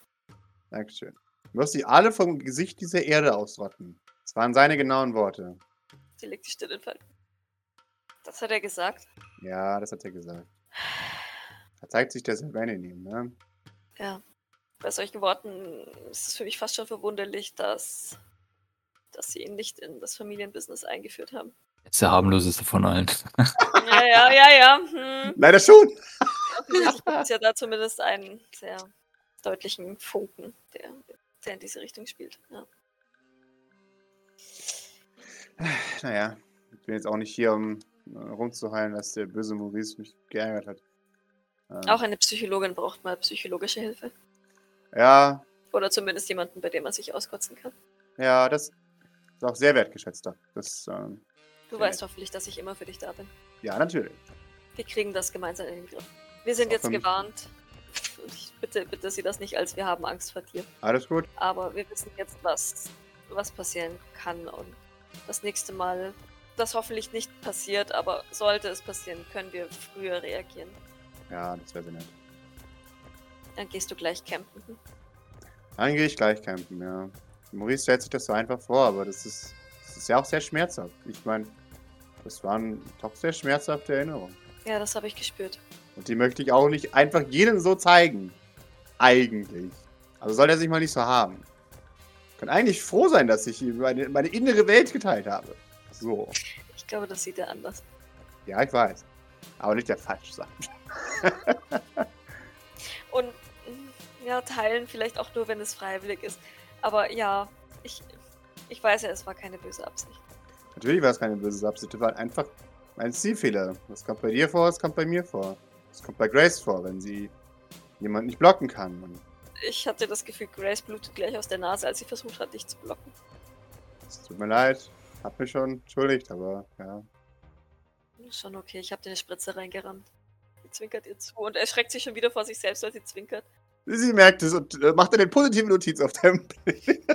Speaker 2: Dankeschön. Du wirst sie alle vom Gesicht dieser Erde ausrotten. Das waren seine genauen Worte.
Speaker 1: Sie legt die Stille in Falten. Das hat er gesagt.
Speaker 2: Ja, das hat er gesagt. Da zeigt sich der Sylvain in ihm, ne?
Speaker 1: Ja. Bei solchen Worten ist es für mich fast schon verwunderlich, dass, dass sie ihn nicht in das Familienbusiness eingeführt haben.
Speaker 5: Ist der harmloseste von allen.
Speaker 1: Ja, ja, ja, ja. Hm.
Speaker 2: Leider schon!
Speaker 1: Offensichtlich gibt es ja da zumindest einen sehr deutlichen Funken, der, der in diese Richtung spielt. Ja.
Speaker 2: Naja, ich bin jetzt auch nicht hier, um äh, rumzuheulen, dass der böse Maurice mich geärgert hat. Ähm,
Speaker 1: Auch eine Psychologin braucht mal psychologische Hilfe.
Speaker 2: Ja,
Speaker 1: Oder zumindest jemanden, bei dem man sich auskotzen kann.
Speaker 2: ja, das ist auch sehr wertgeschätzt. Doc. Das, ähm,
Speaker 1: Du
Speaker 2: Ja.
Speaker 1: weißt hoffentlich, dass ich immer für dich da bin.
Speaker 2: ja, natürlich.
Speaker 1: Wir kriegen das gemeinsam in den Griff. Wir sind
Speaker 2: Auch
Speaker 1: jetzt
Speaker 2: für mich.
Speaker 1: gewarnt. Und ich bitte, bitte sieh das nicht als wir haben Angst vor dir.
Speaker 2: Alles gut?
Speaker 1: Aber wir wissen jetzt, was, was passieren kann. Und das nächste Mal, das hoffentlich nicht passiert, aber sollte es passieren, können wir früher reagieren.
Speaker 2: Ja, das wäre sehr nett.
Speaker 1: Dann gehst du gleich campen.
Speaker 2: Dann gehe ich gleich campen, ja. Maurice stellt sich das so einfach vor, aber das ist, das ist ja auch sehr schmerzhaft. Ich meine, das waren doch sehr schmerzhafte Erinnerungen.
Speaker 1: Ja, das habe ich gespürt.
Speaker 2: Und die möchte ich auch nicht einfach jedem so zeigen. Eigentlich. Also soll er sich mal nicht so haben. Ich kann eigentlich froh sein, dass ich ihm meine, meine innere Welt geteilt habe. So.
Speaker 1: Ich glaube, das sieht er anders.
Speaker 2: Ja, ich weiß. Aber nicht der falsche Sachen.
Speaker 1: Und mm, Ja, teilen vielleicht auch nur, wenn es freiwillig ist. Aber ja, ich, ich weiß ja, es war keine böse Absicht.
Speaker 2: Natürlich war es keine böse Absicht, es war halt einfach ein Zielfehler. Das kommt bei dir vor, das kommt bei mir vor. Das kommt bei Grace vor, wenn sie jemanden nicht blocken kann. Und
Speaker 1: Ich hatte das Gefühl, Grace blutet gleich aus der Nase, als sie versucht hat, dich zu blocken.
Speaker 2: Es tut mir leid, hab mich schon entschuldigt, aber ja.
Speaker 1: Ist Schon okay, ich habe dir eine Spritze reingerammt. Sie zwinkert ihr zu und erschreckt sich schon wieder vor sich selbst, als sie zwinkert.
Speaker 2: Sie merkt es und äh, macht dann eine positive Notiz auf deinem Blick.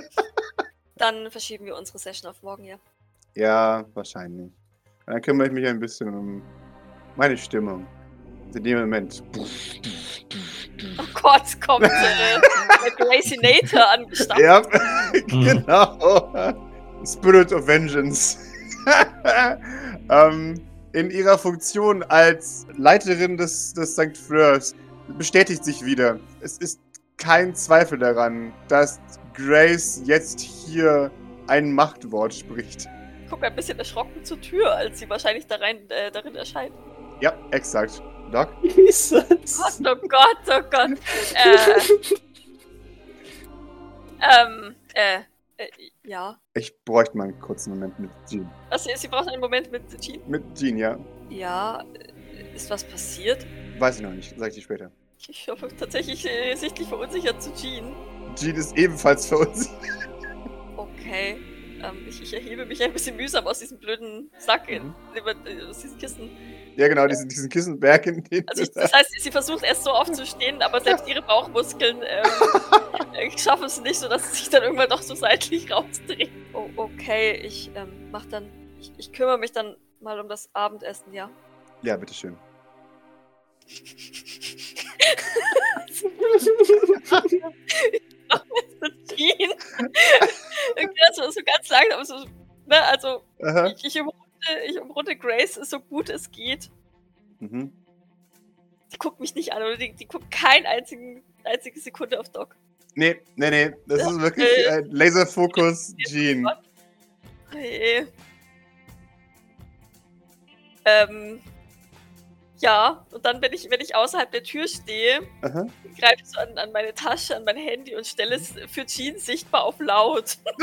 Speaker 1: Dann verschieben wir unsere Session auf morgen, ja.
Speaker 2: Ja, wahrscheinlich. Und dann kümmere ich mich ein bisschen um meine Stimmung. In dem Moment.
Speaker 1: Oh Gott, kommt so eine, eine Gracinator angestampft.
Speaker 2: Ja, genau. Spirit of Vengeance. ähm, in ihrer Funktion als Leiterin des, des St. Fleurs bestätigt sich wieder. Es ist kein Zweifel daran, dass Grace jetzt hier ein Machtwort spricht.
Speaker 1: Guck ein bisschen erschrocken zur Tür, als sie wahrscheinlich da rein, äh, darin erscheint.
Speaker 2: Ja, exakt. Doc?
Speaker 1: Gott, oh Gott, oh Gott. Äh, ähm, äh, äh, ja.
Speaker 2: Ich bräuchte mal einen kurzen Moment mit Jean.
Speaker 1: Also, sie braucht einen Moment mit Jean.
Speaker 2: Mit Jean, ja.
Speaker 1: Ja, äh, ist was passiert?
Speaker 2: Weiß ich noch nicht, sag ich dir später.
Speaker 1: Ich schaue tatsächlich äh, sichtlich verunsichert zu Jean.
Speaker 2: Jean ist ebenfalls für uns.
Speaker 1: Okay. Ähm, ich, ich erhebe mich ein bisschen mühsam aus diesem blöden Sack, in, äh, aus diesen Kissen.
Speaker 2: Ja, genau, diesen, diesen Kissenberg, in dem
Speaker 1: Also
Speaker 2: du
Speaker 1: ich, das heißt, sie versucht erst so aufzustehen, aber selbst ihre Bauchmuskeln ähm, äh, schaffen es nicht, sodass sie sich dann irgendwann doch so seitlich rausdreht. Oh, okay, ich ähm, mach dann, ich, ich kümmere mich dann mal um das Abendessen, ja.
Speaker 2: Ja, bitteschön.
Speaker 1: Jean. Irgendwie also, so, so ganz langsam, aber so, ne, also
Speaker 2: Aha.
Speaker 1: ich, ich, umrunde, ich umrunde Grace so gut es geht.
Speaker 2: Mhm.
Speaker 1: Die guckt mich nicht an oder die, die guckt keinen einzigen, einzige Sekunde auf Doc.
Speaker 2: Nee, nee, nee, das ist wirklich äh, Laserfokus Jean.
Speaker 1: Hey. Ähm. Ja, und dann, wenn ich, wenn ich außerhalb der Tür stehe,
Speaker 2: Aha.
Speaker 1: greife ich so an, an meine Tasche, an mein Handy und stelle es für Jean sichtbar auf laut,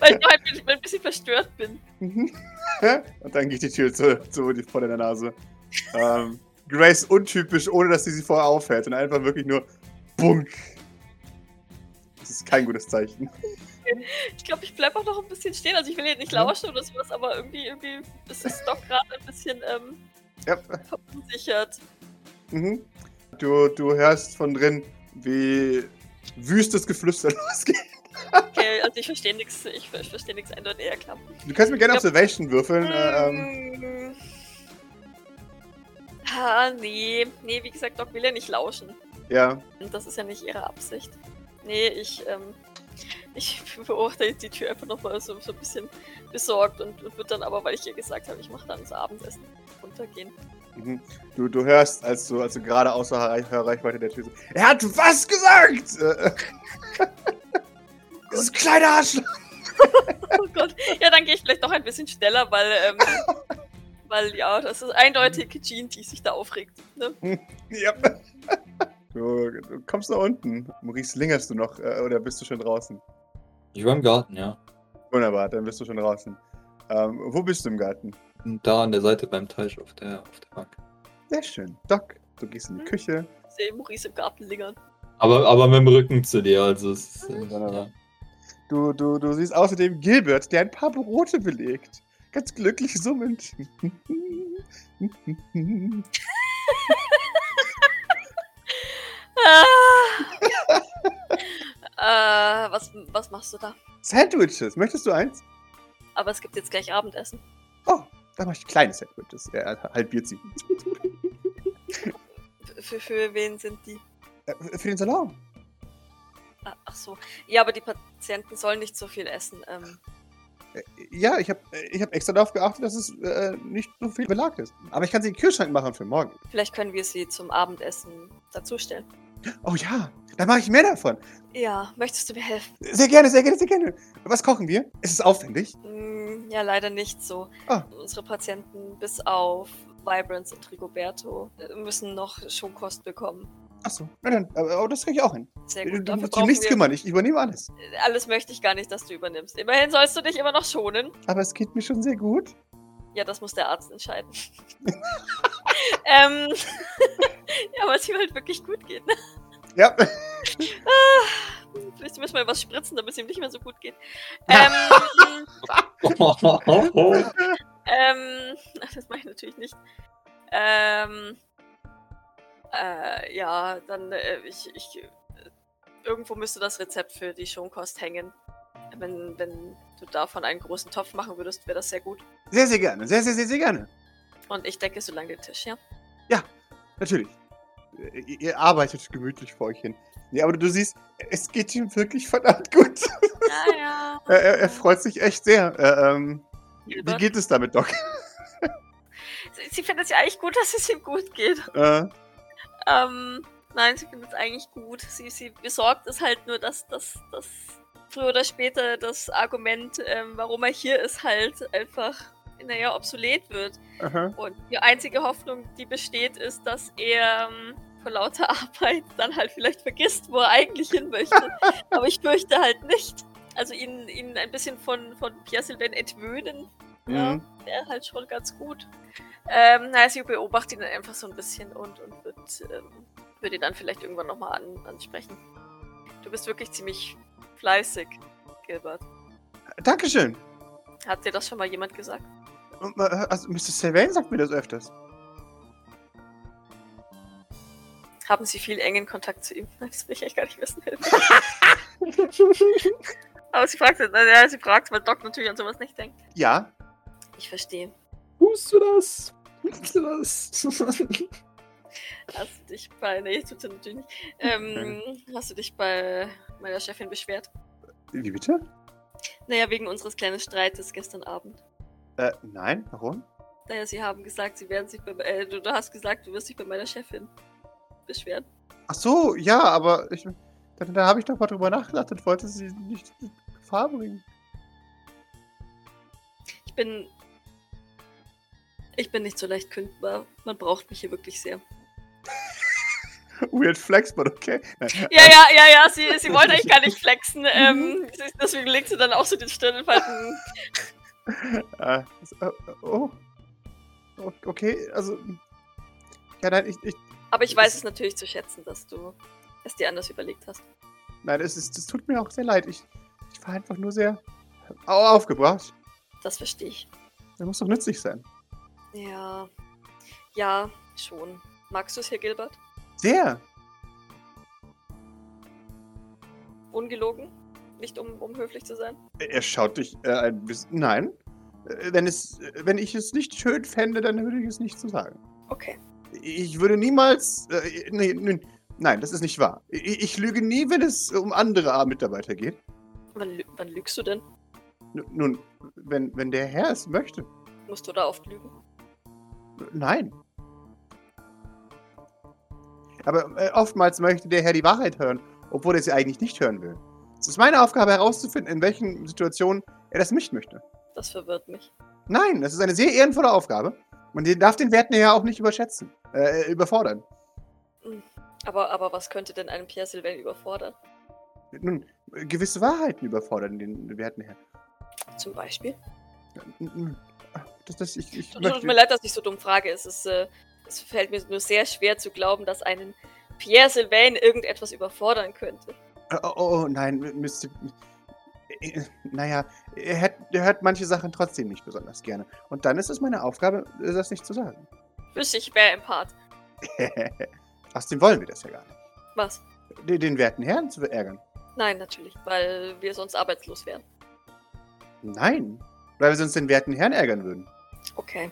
Speaker 1: weil ich noch ein bisschen, ein bisschen verstört bin.
Speaker 2: Und dann geht die Tür zu, zu die, vor deiner Nase. Ähm, Grace untypisch, ohne dass sie sie vorher aufhält. Und einfach wirklich nur BUNK. Das ist kein gutes Zeichen.
Speaker 1: Ich glaube, ich bleibe auch noch ein bisschen stehen. Also ich will jetzt
Speaker 2: Mhm.
Speaker 1: nicht lauschen oder sowas, aber irgendwie, irgendwie ist es doch gerade ein bisschen ähm,
Speaker 2: Ja.
Speaker 1: verunsichert.
Speaker 2: Mhm. Du, du hörst von drin, wie wüstes Geflüster losgeht.
Speaker 1: Okay, also ich verstehe nichts, ich, ver- ich verstehe nichts eindeutig, ja klar.
Speaker 2: Du kannst mir gerne
Speaker 1: Ich glaub-
Speaker 2: Observation würfeln. Äh, ähm,
Speaker 1: Mm. Ah, nee. Nee, wie gesagt, Doc will ja nicht lauschen.
Speaker 2: ja.
Speaker 1: Und das ist ja nicht ihre Absicht. Nee, ich, ähm, ich beobachte jetzt die Tür einfach nochmal so, so ein bisschen besorgt und, und wird dann aber, weil ich ihr gesagt habe, ich mache dann das Abendessen, runtergehen.
Speaker 2: Mhm. Du, du hörst, als du, als du gerade außer Reich- Hörreichweite der Tür so, Er hat was gesagt! Äh, Dieses kleine Arschloch!
Speaker 1: Oh Gott. Ja, dann gehe ich vielleicht noch ein bisschen schneller, weil, ähm, weil ja, das ist eindeutig Jean, die sich da aufregt. Ne?
Speaker 2: Yep. Du, du kommst nach unten. Maurice, lingerst du noch äh, oder bist du schon draußen?
Speaker 4: Ich war im Garten, ja.
Speaker 2: Wunderbar, dann bist du schon draußen. Ähm, wo bist du im Garten?
Speaker 4: Da an der Seite beim Teich auf der, auf der Bank.
Speaker 2: Sehr schön. Doc, du gehst in die
Speaker 1: Mhm.
Speaker 2: Küche.
Speaker 1: Ich sehe Maurice im Garten lingern.
Speaker 4: Aber, aber mit dem Rücken zu dir, also es ist, äh,
Speaker 2: Wunderbar.
Speaker 4: ja.
Speaker 2: Du, du, du siehst außerdem Gilbert, der ein paar Brote belegt. Ganz glücklich summend.
Speaker 1: Ah. äh, was, was machst du da?
Speaker 2: Sandwiches, möchtest du eins?
Speaker 1: Aber es gibt jetzt gleich Abendessen.
Speaker 2: Oh, da mache ich kleine Sandwiches. Er halbiert sie.
Speaker 1: F- Für, für wen sind die?
Speaker 2: Äh, Für den Salon.
Speaker 1: Ah, Ach so. Ja, aber die Patienten sollen nicht so viel essen. Ähm,
Speaker 2: Äh, Ja, ich habe ich hab extra darauf geachtet, dass es äh, nicht so viel Belag ist. Aber ich kann sie in den Kühlschrank machen für morgen.
Speaker 1: vielleicht können wir sie zum Abendessen dazustellen.
Speaker 2: Oh ja, da mache ich mehr davon.
Speaker 1: Ja, möchtest du mir helfen?
Speaker 2: Sehr gerne, sehr gerne, sehr gerne. Was kochen wir? Ist es aufwendig?
Speaker 1: Hm, ja, leider nicht so.
Speaker 2: Ah.
Speaker 1: Unsere Patienten, bis auf Vibrance und Rigoberto, äh, müssen noch Schonkost bekommen.
Speaker 2: Achso, na dann, aber- aber das kriege ich auch hin.
Speaker 1: Sehr
Speaker 2: Du
Speaker 1: gut.
Speaker 2: du
Speaker 1: Dafür
Speaker 2: musst dich um
Speaker 1: brauchen
Speaker 2: nichts
Speaker 1: wir,
Speaker 2: kümmern, ich übernehme alles.
Speaker 1: alles möchte ich gar nicht, dass du übernimmst. Immerhin sollst du dich immer noch schonen.
Speaker 2: Aber es geht mir schon sehr gut.
Speaker 1: Ja, das muss der Arzt entscheiden. ähm, ja, weil es ihm halt wirklich gut geht. Ne?
Speaker 2: Ja.
Speaker 1: Vielleicht müssen wir ihm was spritzen, damit es ihm nicht mehr so gut geht. Ähm,
Speaker 5: Oh,
Speaker 1: ähm, das mache ich natürlich nicht. Ähm, äh, ja, dann äh, ich, ich äh, irgendwo müsste das Rezept für die Schonkost hängen. Wenn, wenn du davon einen großen Topf machen würdest, wäre das sehr gut.
Speaker 2: Sehr, sehr gerne. Sehr, sehr, sehr, sehr gerne.
Speaker 1: Und ich decke so lange den Tisch, ja?
Speaker 2: Natürlich. Äh, Ihr ihr arbeitet gemütlich vor euch hin. Ja, aber du siehst, es geht ihm wirklich verdammt gut.
Speaker 1: Ja, ja.
Speaker 2: Er, er, er freut sich echt sehr. Äh, ähm, wie
Speaker 1: Gilbert?
Speaker 2: geht es damit, Doc?
Speaker 1: Sie, sie findet es ja eigentlich gut, dass es ihm gut geht.
Speaker 2: Äh,
Speaker 1: Ähm, nein, sie findet es eigentlich gut. Sie, sie besorgt ist halt nur, dass, dass, dass früher oder später das Argument, ähm, warum er hier ist, halt einfach, naja, obsolet wird.
Speaker 2: aha.
Speaker 1: Und die einzige Hoffnung, die besteht, ist, dass er ähm, vor lauter Arbeit dann halt vielleicht vergisst, wo er eigentlich hin möchte. Aber ich fürchte halt nicht. Also ihn, ihn ein bisschen von, von Pierre Sylvain entwöhnen ja,
Speaker 2: Mhm.
Speaker 1: wäre halt schon ganz gut. Ähm, naja, sie beobachtet ihn einfach so ein bisschen und, und wird, ähm, wird ihn dann vielleicht irgendwann nochmal an, ansprechen. Du bist wirklich ziemlich fleißig, Gilbert.
Speaker 2: Dankeschön.
Speaker 1: Hat dir das schon mal jemand gesagt?
Speaker 2: Und, äh, Also, Mr. Sylvain sagt mir das öfters.
Speaker 1: Haben sie viel engen Kontakt zu ihm? Nein, das will ich eigentlich gar nicht wissen. Aber sie fragt, naja, sie fragt, weil Doc natürlich an sowas nicht denkt.
Speaker 2: Ja,
Speaker 1: Ich verstehe.
Speaker 3: Tust du das? Tust du das?
Speaker 1: Hast du dich bei. Nee, tut's ja natürlich nicht. Ähm, hast du dich bei meiner Chefin beschwert?
Speaker 2: Wie bitte?
Speaker 1: Naja, wegen unseres kleinen Streites gestern Abend.
Speaker 2: Äh, nein, warum?
Speaker 1: Naja, sie haben gesagt, sie werden sich bei. Äh, du, du hast gesagt, du wirst dich bei meiner Chefin beschweren.
Speaker 2: Ach so, ja, aber ich, da, da habe ich doch mal drüber nachgedacht und wollte sie nicht in Gefahr bringen.
Speaker 1: Ich bin. Ich bin nicht so leicht kündbar. Man braucht mich hier wirklich sehr.
Speaker 2: Weird Flex, but okay. Nein,
Speaker 1: Ja, ja, ja, ja, sie, sie wollte eigentlich gar nicht flexen. Ähm, sie- deswegen legt sie dann auch so den Mhm. Stirnfalten.
Speaker 2: äh, das- äh, oh. O- Okay, also. Ja, nein, ich. ich
Speaker 1: Aber ich weiß es natürlich zu schätzen, dass du es dir anders überlegt hast.
Speaker 2: nein, es ist, das tut mir auch sehr leid. Ich, ich war einfach nur sehr au- aufgebracht.
Speaker 1: Das verstehe ich.
Speaker 2: Das muss doch nützlich sein.
Speaker 1: Ja. Ja, schon. Magst du es hier, Gilbert?
Speaker 2: Sehr.
Speaker 1: Ungelogen? Nicht um, um höflich zu sein?
Speaker 2: Er schaut dich äh, ein bisschen. Nein. Äh, Wenn, es, wenn ich es nicht schön fände, dann würde ich es nicht so sagen.
Speaker 1: Okay.
Speaker 2: Ich würde niemals. Äh, nee, nee, nein, das ist nicht wahr. Ich, ich lüge nie, wenn es um andere Mitarbeiter geht.
Speaker 1: Wann, lü- wann lügst du denn?
Speaker 2: N- Nun, wenn, wenn der Herr es möchte.
Speaker 1: Musst du da oft lügen?
Speaker 2: Nein. Aber äh, oftmals möchte der Herr die Wahrheit hören, obwohl er sie eigentlich nicht hören will. Es ist meine Aufgabe herauszufinden, in welchen Situationen er das nicht möchte.
Speaker 1: Das verwirrt mich.
Speaker 2: Nein, das ist eine sehr ehrenvolle Aufgabe. Man darf den Wert ja auch nicht überschätzen, äh, überfordern.
Speaker 1: Aber, aber was könnte denn einen Pierre Sylvain überfordern?
Speaker 2: Nun, gewisse Wahrheiten überfordern den werten Herrn.
Speaker 1: Zum Beispiel?
Speaker 2: Mm, Das, das, ich, ich
Speaker 1: Tut, tut
Speaker 2: möchte,
Speaker 1: mir leid, dass ich so dumm frage. Es, ist, äh, es fällt mir nur sehr schwer zu glauben, dass einen Pierre Sylvain irgendetwas überfordern könnte.
Speaker 2: oh, oh, oh, nein, müsste. äh, Naja, er hört, er hört manche Sachen trotzdem nicht besonders gerne. Und dann ist es meine Aufgabe, das nicht zu sagen.
Speaker 1: Wüsste ich, wäre im Part.
Speaker 2: Außerdem wollen wir das ja gar nicht.
Speaker 1: Was?
Speaker 2: Den, den werten Herrn zu ärgern.
Speaker 1: Nein, natürlich, weil wir sonst arbeitslos wären.
Speaker 2: Nein, weil wir sonst den werten Herrn ärgern würden.
Speaker 1: Okay,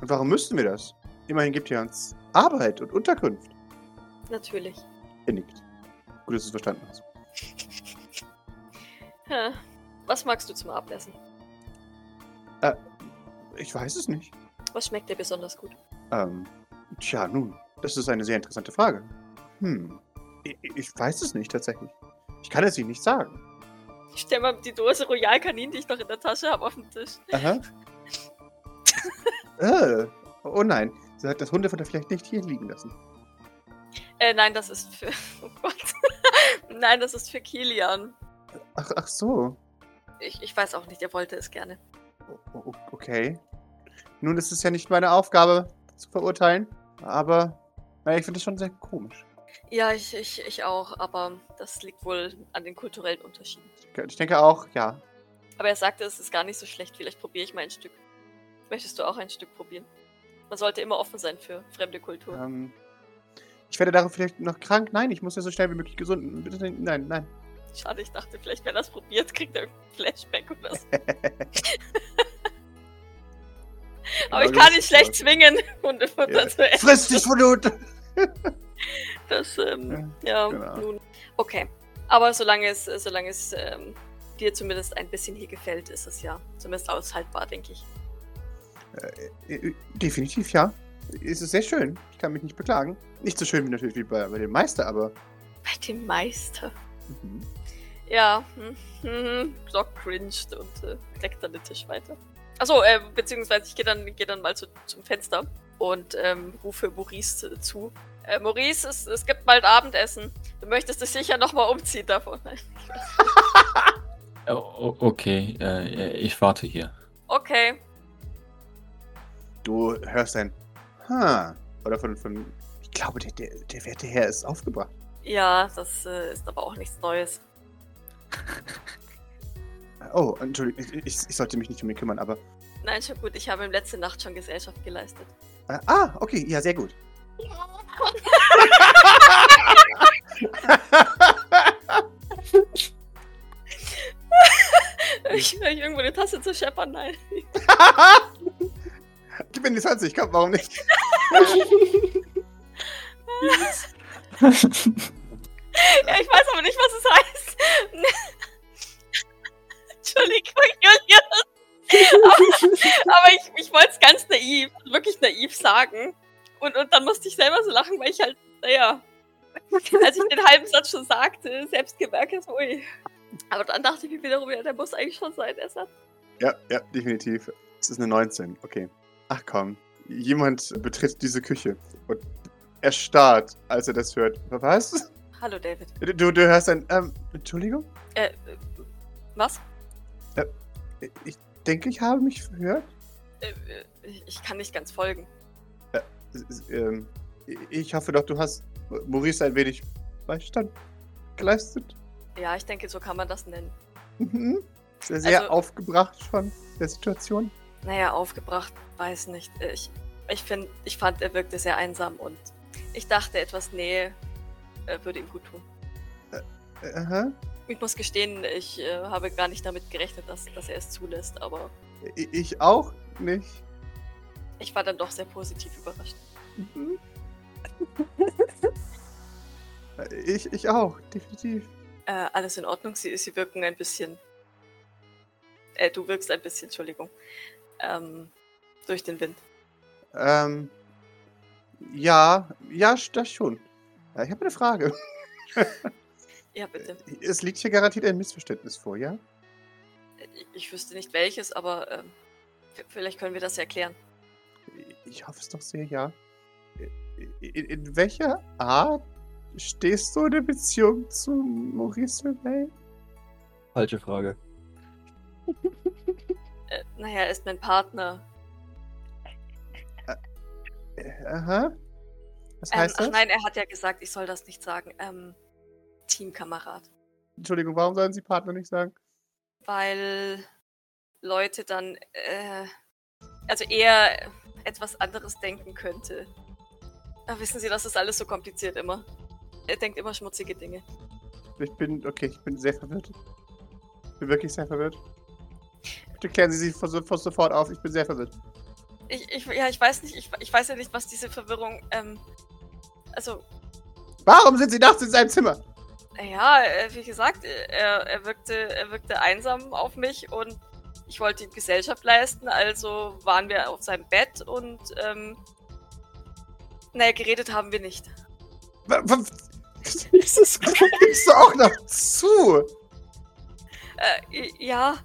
Speaker 2: Und warum müssten wir das? Immerhin gibt er uns Arbeit und Unterkunft.
Speaker 1: natürlich.
Speaker 2: Er Äh, nickt. Gut, dass du es verstanden hast.
Speaker 1: Hä. Was magst du zum Abendessen?
Speaker 2: Ich weiß es nicht.
Speaker 1: Was schmeckt dir besonders gut?
Speaker 2: Ähm, tja, nun, das ist eine sehr interessante Frage. Hm, ich, ich weiß es nicht tatsächlich. Ich kann es Ihnen nicht sagen.
Speaker 1: Ich stell mal die Dose Royal Canin, die ich noch in der Tasche habe, auf den Tisch.
Speaker 2: Aha. äh, oh nein, sie hat das Hunde vielleicht nicht hier liegen lassen.
Speaker 1: Äh, nein, das ist für. Oh Gott. nein, das ist für Kilian.
Speaker 2: Ach, ach so.
Speaker 1: Ich, ich weiß auch nicht, er wollte es gerne.
Speaker 2: O- o- Okay. Nun, es ist ja nicht meine Aufgabe zu verurteilen, aber naja, ich finde es schon sehr komisch.
Speaker 1: Ja, ich, ich, ich auch, aber das liegt wohl an den kulturellen Unterschieden.
Speaker 2: Ich denke auch, ja.
Speaker 1: Aber er sagte, es ist gar nicht so schlecht, vielleicht probiere ich mal ein Stück. Möchtest du auch ein Stück probieren? Man sollte immer offen sein für fremde Kulturen.
Speaker 2: Ähm, ich werde darauf vielleicht noch krank. Nein, ich muss ja so schnell wie möglich gesund. Bitte, nein, nein.
Speaker 1: Schade, ich dachte, vielleicht, wenn er es probiert, kriegt er ein Flashback oder so. Aber ich
Speaker 2: Ja, das
Speaker 1: kann ihn
Speaker 2: ist
Speaker 1: schlecht
Speaker 2: klar.
Speaker 1: zwingen. Und, und
Speaker 2: Ja.
Speaker 1: das, äh,
Speaker 2: Friss dich, Volut!
Speaker 1: das, ähm, ja,
Speaker 2: genau.
Speaker 1: nun. Okay. Aber solange es, äh, solange es ähm, dir zumindest ein bisschen hier gefällt, ist es ja zumindest aushaltbar, denke ich.
Speaker 2: Äh, Definitiv, ja. Es ist sehr schön. Ich kann mich nicht beklagen. Nicht so schön wie natürlich wie bei, bei dem Meister, aber.
Speaker 1: Bei dem Meister.
Speaker 2: Mhm.
Speaker 1: Ja, hm, hm, Glock cringed und äh, deckt dann den Tisch weiter. Achso, äh, beziehungsweise ich gehe dann, geh dann mal zu, zum Fenster und ähm, rufe Maurice äh, zu. Äh, Maurice, es, es gibt bald Abendessen. Du möchtest dich sicher nochmal umziehen davon.
Speaker 5: O- o- oh, Okay, äh, ich warte hier.
Speaker 1: Okay,
Speaker 2: Du hörst ein. Ha. Oder von. von ich glaube, der, der, der werte Herr ist aufgebracht.
Speaker 1: ja, das äh, ist aber auch nichts Neues.
Speaker 2: Oh, Entschuldigung, ich, ich ich sollte mich nicht um ihn kümmern, aber.
Speaker 1: Nein, schon gut, ich habe ihm letzte Nacht schon Gesellschaft geleistet.
Speaker 2: Äh, ah, okay, ja, sehr gut.
Speaker 1: Ich höre ich irgendwo eine Tasse zu scheppern, nein.
Speaker 2: Gib mir die 20, komm, warum nicht?
Speaker 1: Ja, ich weiß aber nicht, was es heißt. Entschuldigung, Julius. aber, aber ich, ich wollte es ganz naiv, wirklich naiv sagen. Und, und dann musste ich selber so lachen, weil ich halt, naja, als ich den halben Satz schon sagte, selbst gemerkt habe, ui. Aber dann dachte ich mir wiederum, ja, der muss eigentlich schon sein, der Satz.
Speaker 2: Ja, ja, definitiv. Es ist eine 19, okay. Ach komm. Jemand betritt diese Küche und erstarrt, als er das hört. Was?
Speaker 1: Hallo, David.
Speaker 2: Du, du hörst ein. Ähm, Entschuldigung?
Speaker 1: Äh, äh, was?
Speaker 2: Ich denke, ich habe mich verhört.
Speaker 1: Äh, äh, ich kann nicht ganz folgen.
Speaker 2: S- s- Ähm, ich hoffe doch, du hast Maurice ein wenig Beistand geleistet.
Speaker 1: Ja, ich denke, so kann man das nennen.
Speaker 2: Mhm. Ist er sehr
Speaker 1: Also-
Speaker 2: aufgebracht von der Situation?
Speaker 1: Naja, aufgebracht, weiß nicht. Ich, ich, find, ich fand, er wirkte sehr einsam und ich dachte, etwas Nähe äh, würde ihm gut tun.
Speaker 2: Aha.
Speaker 1: Ich muss gestehen, ich äh, habe gar nicht damit gerechnet, dass, dass er es zulässt, aber
Speaker 2: I- Ich auch nicht.
Speaker 1: ich war dann doch sehr positiv überrascht.
Speaker 2: Mhm. Äh, ich, ich auch, definitiv.
Speaker 1: Äh, alles in Ordnung, sie, sie wirken ein bisschen. Äh, du wirkst ein bisschen, Entschuldigung. Ähm, durch den Wind.
Speaker 2: Ähm, ja, ja, sch- das schon. Äh, Ich habe eine Frage.
Speaker 1: Ja, bitte.
Speaker 2: Es liegt hier garantiert ein Missverständnis vor, ja?
Speaker 1: Ich, ich wüsste nicht welches, aber ähm, v- vielleicht können wir das erklären.
Speaker 2: Ich hoffe es doch sehr, ja. In, in welcher Art stehst du in der Beziehung zu Maurice Rebell?
Speaker 4: Falsche Frage.
Speaker 1: Äh, naja, er ist mein Partner.
Speaker 2: Äh, Aha. Was
Speaker 1: Ähm,
Speaker 2: heißt
Speaker 1: ach
Speaker 2: das?
Speaker 1: nein, er hat ja gesagt, ich soll das nicht sagen. Ähm, Teamkamerad.
Speaker 2: Entschuldigung, warum sollen sie Partner nicht sagen?
Speaker 1: Weil Leute dann, äh, also eher etwas anderes denken könnte. Da wissen Sie, das ist alles so kompliziert immer. Er denkt immer schmutzige Dinge.
Speaker 2: Ich bin, okay, ich bin sehr verwirrt. Ich bin wirklich sehr verwirrt. Bitte klären Sie sich von, so- von sofort auf, ich bin sehr verwirrt.
Speaker 1: Ich, ich, ja, ich weiß nicht, ich, ich weiß ja nicht, was diese Verwirrung, ähm, also,
Speaker 2: Warum sind Sie nachts in seinem Zimmer?
Speaker 1: ja, äh, wie gesagt, äh, er, er, wirkte, er wirkte einsam auf mich und ich wollte ihm Gesellschaft leisten, also waren wir auf seinem Bett und, ähm, naja, geredet haben wir nicht.
Speaker 2: Wa- wa- Das gibst du auch noch zu?
Speaker 1: Äh, i- ja,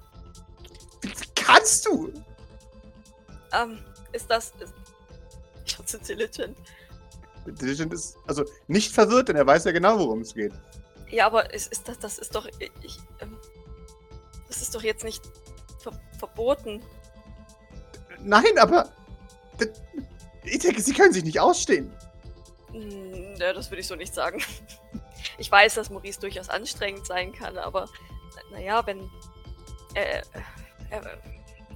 Speaker 2: Wie wie kannst du?
Speaker 1: ähm, ist das. Ist, ich hab's intelligent.
Speaker 2: Diligent ist also nicht verwirrt, denn er weiß ja genau, worum es geht.
Speaker 1: Ja, aber es ist das, das ist doch. Ich, ähm, das ist doch jetzt nicht ver verboten.
Speaker 2: Nein, aber. das- Ich denke, sie können sich nicht ausstehen.
Speaker 1: Hm, ja, das würde ich so nicht sagen. Ich weiß, dass Maurice durchaus anstrengend sein kann, aber naja, wenn. Äh, er,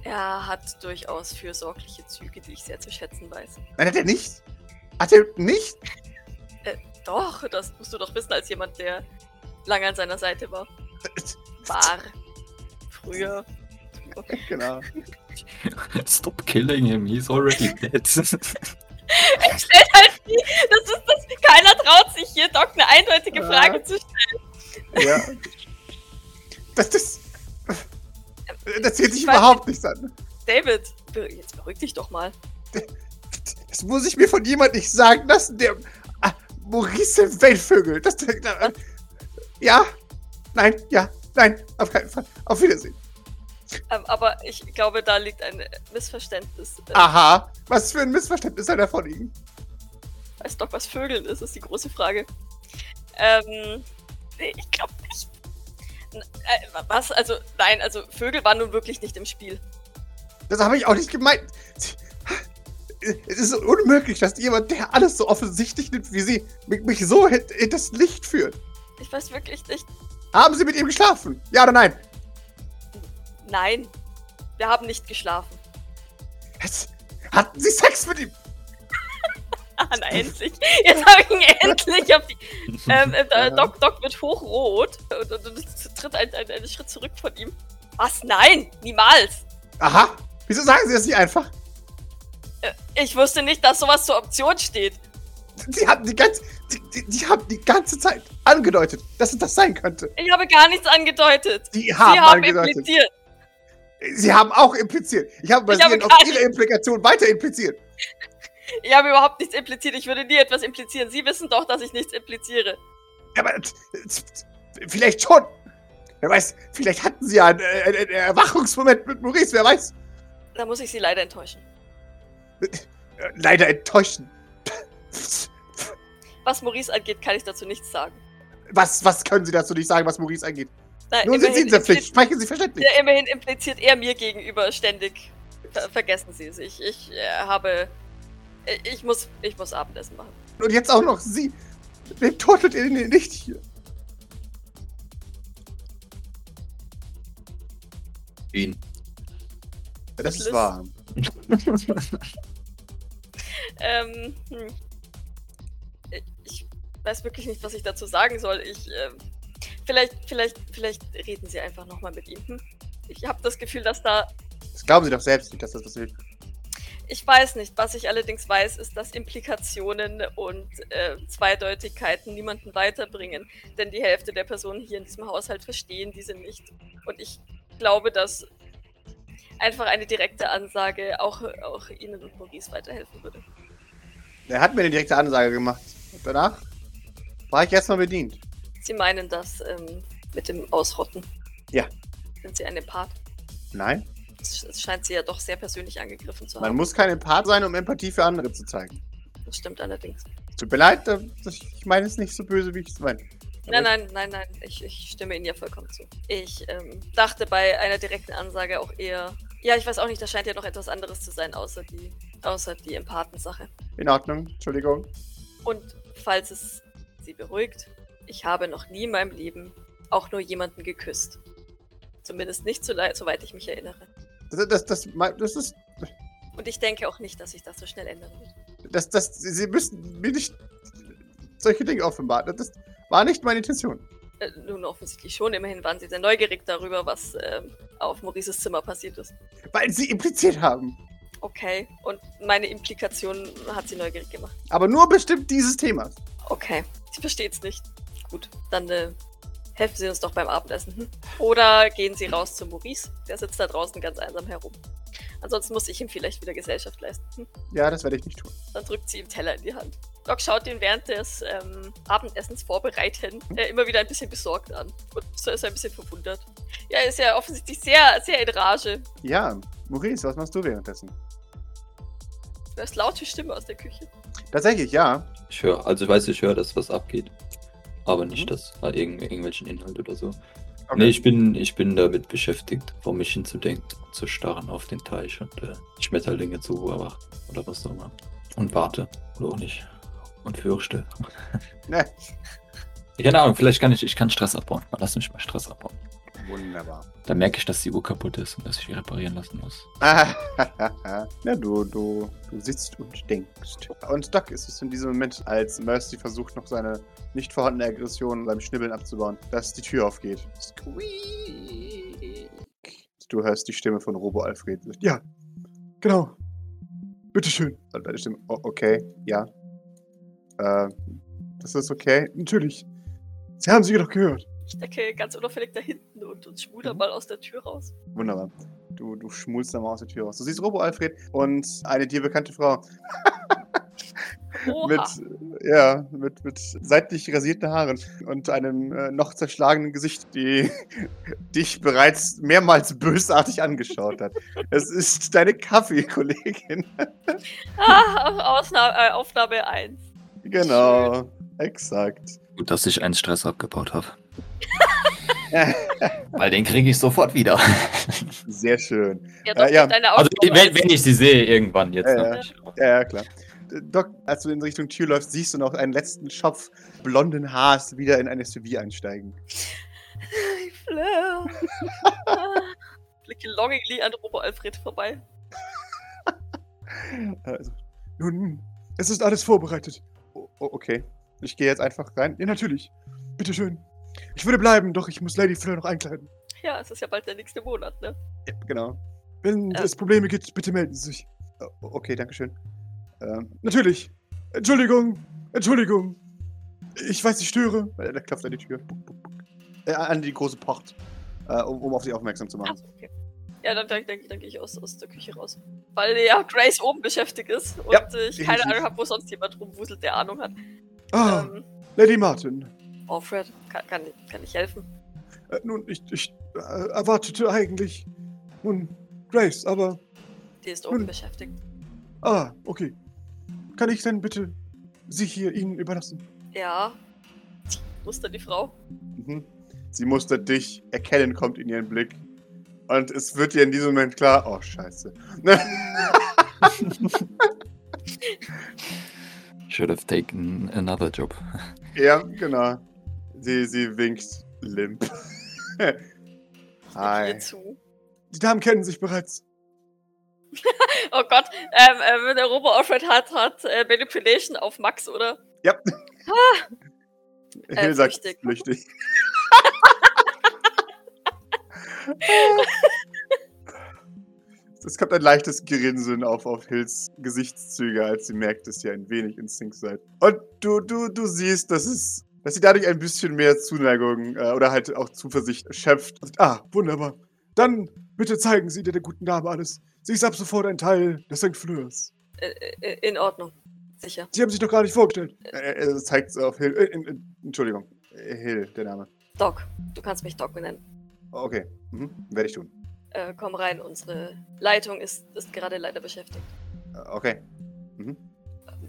Speaker 1: er hat durchaus fürsorgliche Züge, die ich sehr zu schätzen weiß.
Speaker 2: Nein, hat er nicht. Hat er nicht?
Speaker 1: Doch, das musst du doch wissen, als jemand, der lange an seiner Seite war. War. Früher.
Speaker 2: genau.
Speaker 3: Stop killing him, he's already dead.
Speaker 1: Stellt halt nie. Das ist das. Keiner traut sich hier, Doc, eine eindeutige
Speaker 2: Ja.
Speaker 1: Frage zu stellen.
Speaker 2: Ja. Das, das, das zählt sich
Speaker 1: Ich weiß
Speaker 2: überhaupt nichts an.
Speaker 1: David, be- jetzt beruhig dich doch mal.
Speaker 2: Das muss ich mir von jemandem nicht sagen lassen, der. Ah, Maurice den Weltvögel. Das, das, das, ja. Nein, ja. Nein, auf keinen Fall. Auf Wiedersehen.
Speaker 1: Ähm, aber ich glaube, da liegt ein äh, Missverständnis. Äh,
Speaker 2: Aha. Was für ein Missverständnis soll da vorliegen?
Speaker 1: Weiß Doc, was Vögeln ist, ist die große Frage. Ähm, nee, ich glaube nicht. N äh, wa- was? Also, nein, also Vögel waren nun wirklich nicht im Spiel.
Speaker 2: Das habe ich auch nicht gemeint. Es ist unmöglich, dass jemand, der alles so offensichtlich nimmt wie Sie, mich- mich so in in das Licht führt.
Speaker 1: Ich weiß wirklich nicht.
Speaker 2: Haben Sie mit ihm geschlafen? Ja oder nein?
Speaker 1: Nein, wir haben nicht geschlafen.
Speaker 2: Es- Hatten Sie Sex mit ihm?
Speaker 1: Ah, na, endlich. Jetzt habe ich ihn endlich auf die. Ähm, äh, da- Doc, Doc wird hochrot und, und, und es tritt ein, ein, einen Schritt zurück von ihm. Was? Nein, niemals.
Speaker 2: Aha. Wieso sagen Sie das nicht einfach?
Speaker 1: Äh, ich wusste nicht, dass sowas zur Option steht.
Speaker 2: Sie haben die ganze, die, die, die haben die ganze Zeit angedeutet, dass es das sein könnte.
Speaker 1: Ich habe gar nichts angedeutet.
Speaker 2: Die haben,
Speaker 1: Sie haben
Speaker 2: angedeutet.
Speaker 1: impliziert.
Speaker 2: Sie haben auch impliziert. Ich habe
Speaker 1: Ich habe
Speaker 2: basierend
Speaker 1: gar
Speaker 2: auf Ihrer Implikation weiter impliziert.
Speaker 1: Ich habe überhaupt nichts impliziert. Ich würde nie etwas implizieren. Sie wissen doch, dass ich nichts impliziere.
Speaker 2: Aber t- t- vielleicht schon. Wer weiß, vielleicht hatten Sie ja einen, äh, einen, einen Erwachungsmoment mit Maurice, wer weiß.
Speaker 1: Da muss ich Sie leider enttäuschen.
Speaker 2: Äh, Leider enttäuschen.
Speaker 1: Was Maurice angeht, kann ich dazu nichts sagen.
Speaker 2: Was, was können Sie dazu nicht sagen, was Maurice angeht?
Speaker 1: Na,
Speaker 2: Nun sind Sie in der Pflicht.
Speaker 1: impliziert,
Speaker 2: Sprechen Sie verständlich.
Speaker 1: ja, immerhin impliziert er mir gegenüber ständig. Ver vergessen Sie es. Ich, ich äh, habe. äh, Ich muss, ich muss Abendessen machen.
Speaker 2: Und jetzt auch noch Sie. Wem tortet ihr denn nicht hier?
Speaker 3: Ihn.
Speaker 2: Das
Speaker 1: List.
Speaker 2: ist wahr.
Speaker 1: Ähm, hm. Ich weiß wirklich nicht, was ich dazu sagen soll. Ich, ähm, vielleicht, vielleicht, vielleicht reden Sie einfach nochmal mit ihm. Hm? Ich habe das Gefühl, dass da
Speaker 2: Das glauben Sie doch selbst nicht, dass das passiert.
Speaker 1: Ich weiß nicht. Was ich allerdings weiß, ist, dass Implikationen und äh, Zweideutigkeiten niemanden weiterbringen. Denn die Hälfte der Personen hier in diesem Haushalt verstehen diese nicht. Und ich glaube, dass einfach eine direkte Ansage auch, auch Ihnen und Maurice weiterhelfen würde.
Speaker 2: Er hat mir eine direkte Ansage gemacht. Und danach war ich erstmal bedient.
Speaker 1: Sie meinen das ähm, mit dem Ausrotten?
Speaker 2: Ja.
Speaker 1: Sind Sie ein Empath?
Speaker 2: Nein,
Speaker 1: Es es scheint Sie ja doch sehr persönlich angegriffen zu
Speaker 2: man
Speaker 1: haben.
Speaker 2: muss kein Empath sein, um Empathie für andere zu zeigen.
Speaker 1: Das stimmt allerdings.
Speaker 2: Tut mir leid, äh, das- ich meine es nicht so böse, wie ich es meine.
Speaker 1: Nein, nein, nein, nein. Ich, ich stimme Ihnen ja vollkommen zu. Ich ähm, dachte bei einer direkten Ansage auch eher. Ja, ich weiß auch nicht, da scheint ja noch etwas anderes zu sein, außer die, außer die Empathensache.
Speaker 2: In Ordnung, Entschuldigung.
Speaker 1: Und falls es Sie beruhigt, ich habe noch nie in meinem Leben auch nur jemanden geküsst. Zumindest nicht, so lei- soweit ich mich erinnere.
Speaker 2: Das, das, das, mein- das ist.
Speaker 1: Und ich denke auch nicht, dass sich das so schnell ändern wird.
Speaker 2: Das, das, Sie- Sie müssen mir nicht solche Dinge offenbaren. Das war nicht meine Intention.
Speaker 1: Äh, nun offensichtlich schon, immerhin waren Sie sehr neugierig darüber, was ähm, auf Maurices Zimmer passiert ist.
Speaker 2: Weil Sie impliziert haben.
Speaker 1: Okay, und meine Implikation hat Sie neugierig gemacht.
Speaker 2: Aber nur bestimmt dieses Themas.
Speaker 1: Okay, ich versteht's nicht. Gut, dann äh, helfen Sie uns doch beim Abendessen. Hm? Oder gehen Sie raus zu Maurice, der sitzt da draußen ganz einsam herum. Ansonsten muss ich ihm vielleicht wieder Gesellschaft leisten. Hm?
Speaker 2: Ja, das werde ich nicht tun.
Speaker 1: Dann drückt sie ihm Teller in die Hand. Doc schaut ihn während des ähm, Abendessens vorbereiten äh, immer wieder ein bisschen besorgt an. Und so ist er ein bisschen verwundert. Ja, er ist ja offensichtlich sehr, sehr in Rage.
Speaker 2: Ja, Maurice, was machst du währenddessen?
Speaker 1: Du hörst laute Stimme aus der Küche.
Speaker 2: Tatsächlich, ja.
Speaker 4: Ich höre, also ich weiß, ich höre, dass was abgeht. Aber
Speaker 3: Mhm.
Speaker 4: nicht, dass da irgend, irgendwelchen Inhalt oder so.
Speaker 2: Okay.
Speaker 4: Nee, ich bin, ich bin damit beschäftigt, vor mich hinzudenken, zu starren auf den Teich und äh, Schmetterlinge zu beobachten oder was auch immer. Und warte, oder auch nicht. Und fürchte.
Speaker 2: Ne.
Speaker 5: Keine Ahnung, vielleicht kann ich, ich kann Stress abbauen. Lass mich mal Stress abbauen.
Speaker 2: Wunderbar.
Speaker 5: Dann merke ich, dass die Uhr kaputt ist und dass ich sie reparieren lassen muss.
Speaker 2: Na, du, du, du sitzt und denkst. Und Doc ist es in diesem Moment, als Mercy versucht, noch seine nicht vorhandene Aggression beim Schnibbeln abzubauen, dass die Tür aufgeht. Squeak. Du hörst die Stimme von Robo Alfred. Ja, genau. Bitteschön. Und deine Stimme, oh, okay, ja. Äh, das ist okay? Natürlich. Sie haben sie doch gehört.
Speaker 1: Ich stecke ganz unauffällig da hinten und, und schmuder mal aus der Tür raus.
Speaker 2: Wunderbar. Du, du schmulst dann mal aus der Tür raus. Du siehst Robo Alfred und eine dir bekannte Frau
Speaker 1: Oha.
Speaker 2: mit, äh, ja, mit, mit seitlich rasierten Haaren und einem äh, noch zerschlagenen Gesicht, die dich bereits mehrmals bösartig angeschaut hat. Es ist deine Kaffeekollegin.
Speaker 1: Ah, Ausnahme, äh, Aufnahme 1.
Speaker 2: Genau, exakt.
Speaker 3: Gut, dass ich einen Stress abgebaut habe. Weil den kriege ich sofort wieder.
Speaker 2: Sehr schön.
Speaker 1: Ja, doch,
Speaker 2: Äh, ja.
Speaker 1: deine
Speaker 3: Also,
Speaker 1: Aufnahme
Speaker 3: wenn, wenn ich sie sehe, irgendwann jetzt.
Speaker 2: Ja,
Speaker 3: ne?
Speaker 2: Ja, ja, klar. D- Doc, als du in Richtung Tür läufst, siehst du noch einen letzten Schopf blonden Haars wieder in ein SUV einsteigen.
Speaker 1: Ich flair. Ah. Blicke longingly an Robo Alfred vorbei.
Speaker 2: Also, nun, es ist alles vorbereitet. O- o- okay. Ich gehe jetzt einfach rein. Ja, natürlich. Bitteschön. Ich würde bleiben, doch ich muss Lady Fleur noch einkleiden.
Speaker 1: Ja, es ist ja bald der nächste Monat, ne?
Speaker 2: Ja, genau. Wenn
Speaker 1: Ja.
Speaker 2: es Probleme gibt, bitte melden Sie sich. O- Okay, Dankeschön. Ähm, natürlich. Entschuldigung. Entschuldigung. Ich weiß, ich störe. Äh, Da klopft an die Tür. Buck, buck, buck. Äh, an die große Port. Äh, um, um auf sich aufmerksam zu machen.
Speaker 1: Achso, Also, okay. Ja, dann, dann, dann, dann gehe ich aus, aus der Küche raus. Weil ja Grace oben beschäftigt ist und
Speaker 2: Ja,
Speaker 1: äh, ich
Speaker 2: definitiv.
Speaker 1: keine Ahnung habe, wo sonst jemand rumwuselt, der Ahnung hat.
Speaker 2: Ah,
Speaker 1: Ähm,
Speaker 2: Lady Martin.
Speaker 1: Alfred, kann, kann, kann ich helfen?
Speaker 2: Äh, nun, ich, ich äh, erwartete eigentlich. Nun, Grace, aber
Speaker 1: Die ist oben
Speaker 2: Hm.
Speaker 1: beschäftigt.
Speaker 2: Ah, okay. Kann ich denn bitte Sie hier Ihnen überlassen?
Speaker 1: Ja. Muster die Frau.
Speaker 2: Mhm. Sie mustert dich, erkennen kommt in ihren Blick. Und es wird ihr in diesem Moment klar, oh scheiße.
Speaker 5: Should have taken another job.
Speaker 2: ja, genau. Sie, sie winkt limp.
Speaker 1: Ich
Speaker 2: Hi.
Speaker 1: nicke ihr zu.
Speaker 2: Die Damen kennen sich bereits.
Speaker 1: Oh Gott, ähm, ähm, der Robo Alfred hat, hat äh, Manipulation auf Max, oder? Äh,
Speaker 2: Hill sagt
Speaker 1: flüchtig.
Speaker 2: flüchtig. es kommt ein leichtes Grinsen auf, auf Hills Gesichtszüge, als sie merkt, dass ihr ein wenig in Sync seid. Und du, du, du siehst, dass es. Dass sie dadurch ein bisschen mehr Zuneigung äh, oder halt auch Zuversicht schöpft. Und, ah, wunderbar. Dann bitte zeigen Sie der, der guten Dame alles. Sie ist ab sofort ein Teil des St. Fleurs.
Speaker 1: Äh, äh, in Ordnung. Sicher.
Speaker 2: Sie haben sich doch gar nicht vorgestellt. Äh, äh, zeigt es auf Hill. Äh, in, in, Entschuldigung. Äh, Hill, der Name.
Speaker 1: Doc, du kannst mich Doc nennen.
Speaker 2: Okay, mhm. werde ich tun.
Speaker 1: Äh, komm rein, unsere Leitung ist, ist gerade leider beschäftigt.
Speaker 2: Äh, Okay.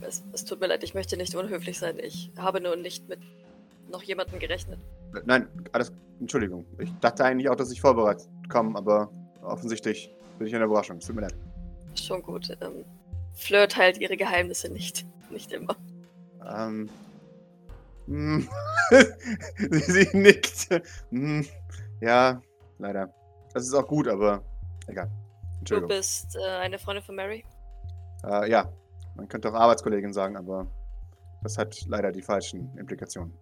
Speaker 1: Es, es tut mir leid, ich möchte nicht unhöflich sein. Ich habe nur nicht mit noch jemandem gerechnet.
Speaker 2: Äh, Nein, alles. Entschuldigung. Ich dachte eigentlich auch, dass ich vorbereitet komme, aber offensichtlich bin ich eine Überraschung. Tut mir leid.
Speaker 1: Schon gut. Ähm, Fleur teilt ihre Geheimnisse nicht. Nicht immer.
Speaker 2: Ähm. hm. sie, sie nickt. Hm. Ja, leider. Das ist auch gut, aber egal.
Speaker 1: Du
Speaker 2: Entschuldigung.
Speaker 1: bist äh, eine Freundin von Mary.
Speaker 2: Äh, ja, man könnte auch Arbeitskollegin sagen, aber das hat leider die falschen Implikationen.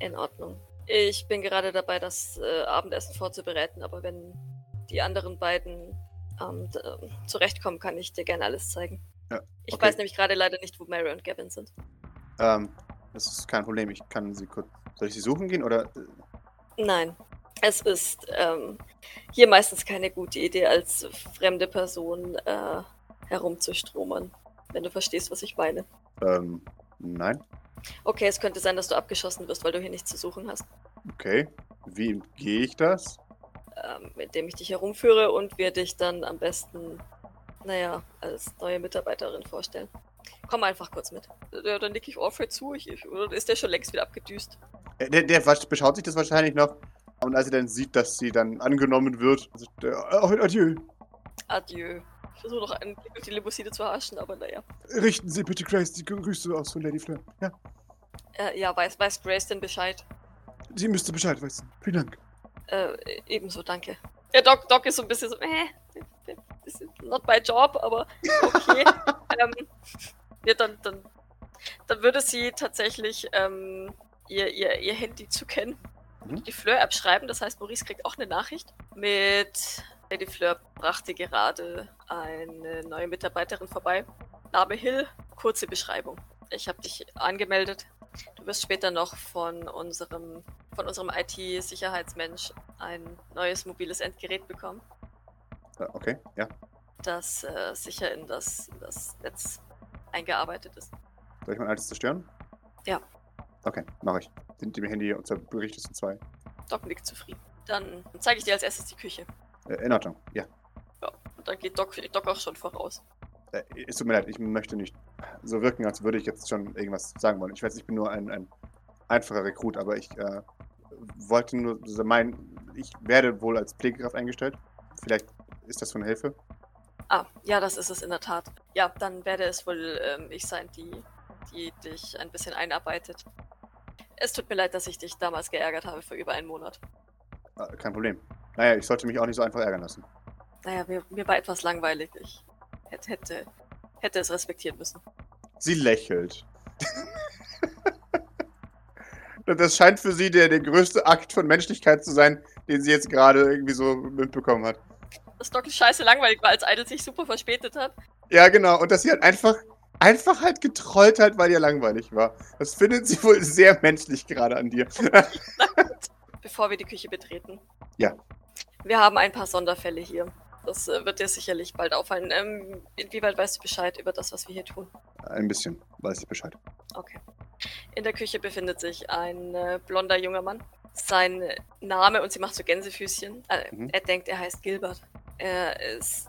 Speaker 1: In Ordnung. Ich bin gerade dabei, das äh, Abendessen vorzubereiten, aber wenn die anderen beiden ähm, d- ähm, zurechtkommen, kann ich dir gerne alles zeigen.
Speaker 2: Ja,
Speaker 1: Ich
Speaker 2: okay.
Speaker 1: weiß nämlich gerade leider nicht, wo Mary und Gavin sind.
Speaker 2: Ähm, das ist kein Problem. Ich kann sie kurz. Soll ich sie suchen gehen oder
Speaker 1: Nein, es ist ähm, hier meistens keine gute Idee, als fremde Person äh, herumzustromern, wenn du verstehst, was ich meine.
Speaker 2: Ähm, nein.
Speaker 1: Okay, es könnte sein, dass du abgeschossen wirst, weil du hier nichts zu suchen hast,
Speaker 2: Okay. Wie gehe ich das?
Speaker 1: ähm, indem ich dich herumführe und wir dich dann am besten, naja, als neue Mitarbeiterin vorstellen. Komm einfach kurz mit. Ja, dann nick ich Orfred zu. Ich, ich, oder ist der schon längst wieder abgedüst?
Speaker 2: Äh, Der, der wasch- beschaut sich das wahrscheinlich noch. Und als er dann sieht, dass sie dann angenommen wird, sagt er, "Äh, adieu.
Speaker 1: Adieu. Ich versuche noch einen Blick auf die Limousine zu haschen, aber naja.
Speaker 2: Richten Sie bitte Grace die Grüße aus von Lady Fleur. Ja,
Speaker 1: Äh, ja, weiß, weiß Grace denn Bescheid?
Speaker 2: sie müsste Bescheid wissen. Vielen Dank.
Speaker 1: Äh, ebenso, danke. Ja, Doc, Doc ist so ein bisschen so, äh, this is not my job, aber okay. ähm, ja, dann, dann, dann würde sie tatsächlich ähm, ihr, ihr, ihr Handy zukennen
Speaker 2: Mhm.
Speaker 1: und die Fleur App schreiben. Das heißt, Maurice kriegt auch eine Nachricht mit Lady Fleur brachte gerade eine neue Mitarbeiterin vorbei. Name Hill, kurze Beschreibung. Ich habe dich angemeldet. Du wirst später noch von unserem, von unserem IT-Sicherheitsmensch ein neues mobiles Endgerät bekommen,
Speaker 2: Äh, Okay, ja.
Speaker 1: das äh, sicher in das, in das Netz eingearbeitet ist.
Speaker 2: Soll ich mein altes zerstören?
Speaker 1: Ja.
Speaker 2: Okay, mache ich. Sind dem Handy unser Bericht ist in zwei.
Speaker 1: Doc nickt zufrieden. Dann zeige ich dir als erstes die Küche.
Speaker 2: Äh, in Ordnung, ja.
Speaker 1: Und dann geht Doc, Doc auch schon voraus.
Speaker 2: Äh, es tut mir leid, ich möchte nicht so wirken, als würde ich jetzt schon irgendwas sagen wollen. Ich weiß, ich bin nur ein, ein einfacher Rekrut, aber ich äh, wollte nur so meinen, ich werde wohl als Pflegekraft eingestellt. Vielleicht ist das von Hilfe.
Speaker 1: Ah, ja, das ist es in der Tat. Ja, dann werde es wohl ähm, ich sein, die, die dich ein bisschen einarbeitet. Es tut mir leid, dass ich dich damals geärgert habe für über einen Monat.
Speaker 2: Äh, kein Problem. Naja, ich sollte mich auch nicht so einfach ärgern lassen.
Speaker 1: Naja, mir, mir war etwas langweilig. Ich hätte, hätte, hätte es respektieren müssen.
Speaker 2: Sie lächelt. Und das scheint für sie der, der größte Akt von Menschlichkeit zu sein, den sie jetzt gerade irgendwie so mitbekommen hat.
Speaker 1: Dass Doc scheiße langweilig war, als Idol sich super verspätet hat.
Speaker 2: Ja, genau. Und dass sie halt einfach, einfach halt getrollt hat, weil ihr langweilig war. Das findet sie wohl sehr menschlich gerade an dir.
Speaker 1: Bevor wir die Küche betreten.
Speaker 2: Ja.
Speaker 1: Wir haben ein paar Sonderfälle hier. Das äh, wird dir sicherlich bald auffallen. Ähm, inwieweit weißt du Bescheid über das, was wir hier tun?
Speaker 2: Ein bisschen, weiß ich Bescheid.
Speaker 1: Okay. In der Küche befindet sich ein äh, blonder junger Mann. Sein Name, und sie macht so Gänsefüßchen, äh,
Speaker 2: Mhm.
Speaker 1: er denkt, er heißt Gilbert. Er ist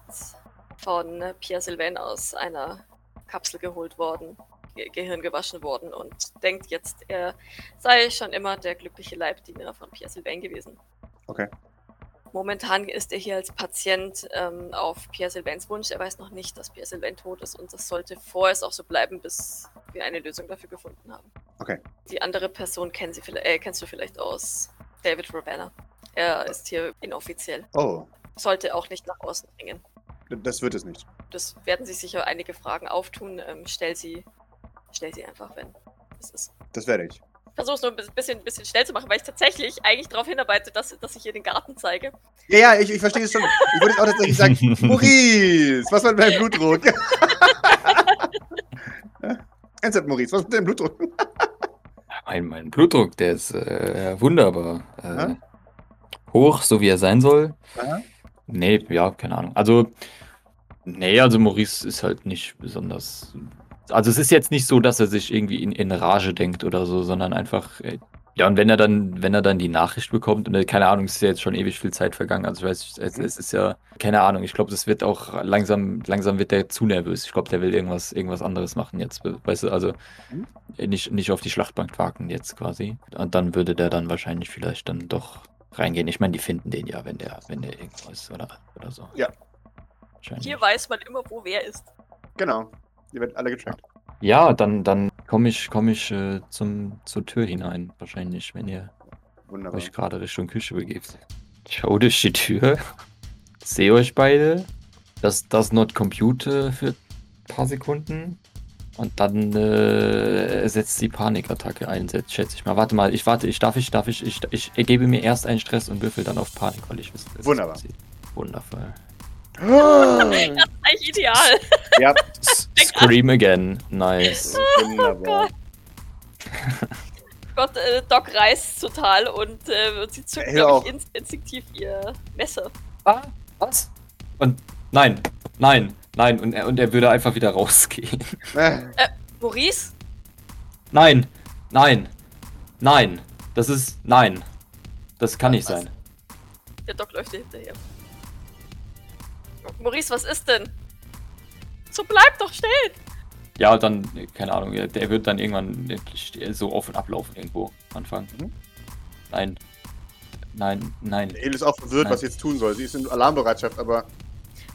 Speaker 1: von äh, Pierre Sylvain aus einer Kapsel geholt worden, ge Gehirn gewaschen worden und denkt jetzt, er sei schon immer der glückliche Leibdiener von Pierre Sylvain gewesen.
Speaker 2: Okay.
Speaker 1: Momentan ist er hier als Patient ähm, auf Pierre Sylvains Wunsch. Er weiß noch nicht, dass Pierre Sylvain tot ist und das sollte vorerst auch so bleiben, bis wir eine Lösung dafür gefunden haben.
Speaker 2: Okay.
Speaker 1: Die andere Person kennen Sie vielleicht, äh, kennst du vielleicht aus David Ravenna. Er ist hier inoffiziell.
Speaker 2: Oh,
Speaker 1: Sollte auch nicht nach außen dringen.
Speaker 2: d- das wird es nicht.
Speaker 1: Das werden sich sicher einige Fragen auftun. Ähm, stell sie, stell sie einfach, wenn es ist.
Speaker 2: Das werde ich.
Speaker 1: Ich versuche es nur ein bisschen, bisschen schnell zu machen, weil ich tatsächlich eigentlich darauf hinarbeite, dass, dass ich ihr den Garten zeige.
Speaker 2: Ja, ja, ich, ich verstehe es schon. Ich würde jetzt auch tatsächlich sagen, Maurice, was war mit deinem Blutdruck? Ernsthaft, Maurice, was war mit deinem Blutdruck?
Speaker 3: Mein, mein Blutdruck, der ist äh, wunderbar. Äh,
Speaker 2: Aha.
Speaker 3: hoch, so wie er sein soll.
Speaker 2: Aha.
Speaker 3: Nee, ja, keine Ahnung. Also, nee, also Maurice ist halt nicht besonders. Also, es ist jetzt nicht so, dass er sich irgendwie in, in Rage denkt oder so, sondern einfach. Äh, ja, und wenn er dann, wenn er dann die Nachricht bekommt, und äh, keine Ahnung, es ist ja jetzt schon ewig viel Zeit vergangen. Also ich weiß, es,
Speaker 2: Mhm.
Speaker 3: es ist ja, keine Ahnung, ich glaube, das wird auch langsam, langsam wird der zu nervös. Ich glaube, der will irgendwas, irgendwas anderes machen jetzt. Weißt du, also
Speaker 2: Mhm.
Speaker 3: nicht, nicht auf die Schlachtbank wagen jetzt quasi. Und dann würde der dann wahrscheinlich vielleicht dann doch reingehen. Ich meine, die finden den ja, wenn der, wenn der irgendwo ist oder, oder so.
Speaker 2: Ja.
Speaker 3: Wahrscheinlich.
Speaker 1: Hier weiß man immer, wo wer ist.
Speaker 2: Genau. Ihr werdet alle getrackt.
Speaker 3: Ja, dann, dann komme ich, komm ich äh, zum, zur Tür hinein, wahrscheinlich, wenn ihr
Speaker 2: Wunderbar.
Speaker 3: euch gerade Richtung Küche begebt. Schau durch die Tür. Sehe euch beide. Das, das Not Computer für ein paar Sekunden. Und dann äh, setzt die Panikattacke ein, se- schätze ich mal. Warte mal, ich warte, ich darf, ich darf, ich, ich, ich ergebe mir erst einen Stress und würfel dann auf Panik, weil ich wüsste, es
Speaker 2: Wunderbar.
Speaker 3: passiert. Wundervoll.
Speaker 2: Oh,
Speaker 1: Eigentlich ideal.
Speaker 2: ja,
Speaker 3: S- Scream again. Nice.
Speaker 2: wunderbar.
Speaker 1: Gott, äh, Doc reißt total und, äh, und sie zückt,
Speaker 2: Ja,
Speaker 1: glaube
Speaker 2: auch.
Speaker 1: ich, inst- instinktiv ihr Messer.
Speaker 3: Ah, was? Und nein, nein, nein. Und er, und er würde einfach wieder rausgehen.
Speaker 2: Äh,
Speaker 1: Maurice?
Speaker 3: Nein, nein, nein. Das ist nein. Das kann nicht
Speaker 1: Was?
Speaker 3: sein.
Speaker 1: Der Doc läuft dir hinterher. Maurice, was ist denn? So bleib doch stehen!
Speaker 3: Ja, dann, äh, keine Ahnung, ja, der wird dann irgendwann äh, so auf und ablaufen irgendwo anfangen.
Speaker 2: Mhm.
Speaker 3: Nein. Nein, nein.
Speaker 2: El ist auch verwirrt, was sie jetzt tun soll. Sie ist in Alarmbereitschaft, aber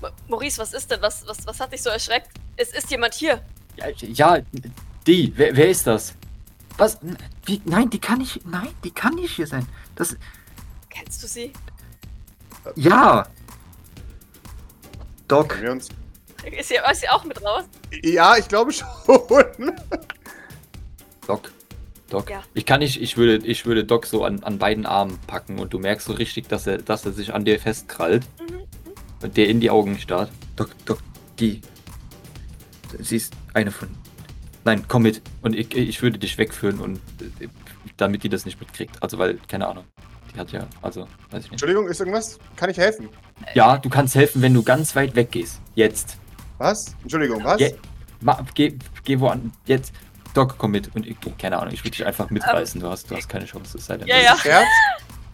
Speaker 1: Ma- Maurice, was ist denn? Was, was, was hat dich so erschreckt? Es ist jemand hier.
Speaker 3: Ja, ja die, wer, wer ist das?
Speaker 6: Was? N- Wie? Nein, die kann nicht. Nein, die kann nicht hier sein. Das.
Speaker 1: Kennst du sie?
Speaker 6: Ja! Doc,
Speaker 2: können wir uns.
Speaker 1: Ist sie, ist sie auch mit raus?
Speaker 2: Ja, ich glaube schon.
Speaker 3: Doc. Doc.
Speaker 1: Ja.
Speaker 3: Ich kann nicht, ich würde, ich würde Doc so an, an beiden Armen packen und du merkst so richtig, dass er, dass er sich an dir festkrallt
Speaker 1: Mhm.
Speaker 3: und dir in die Augen starrt.
Speaker 6: Doc, Doc, die.
Speaker 3: Sie ist eine von. Nein, komm mit. Und ich, ich würde dich wegführen und äh, damit die das nicht mitkriegt. Also weil, keine Ahnung. Die hat ja, also, weiß ich nicht.
Speaker 2: Entschuldigung, ist irgendwas? Kann ich helfen?
Speaker 3: Ja, du kannst helfen, wenn du ganz weit weggehst. Jetzt.
Speaker 2: Was? Entschuldigung, was?
Speaker 3: Je Ma geh, geh wo an. Jetzt. Doc, komm mit. Und ich, keine Ahnung, ich würde dich einfach mitreißen. Du hast, du hast keine Chance, es sei denn.
Speaker 1: Ja,
Speaker 3: du-
Speaker 1: ja.
Speaker 2: Scherz?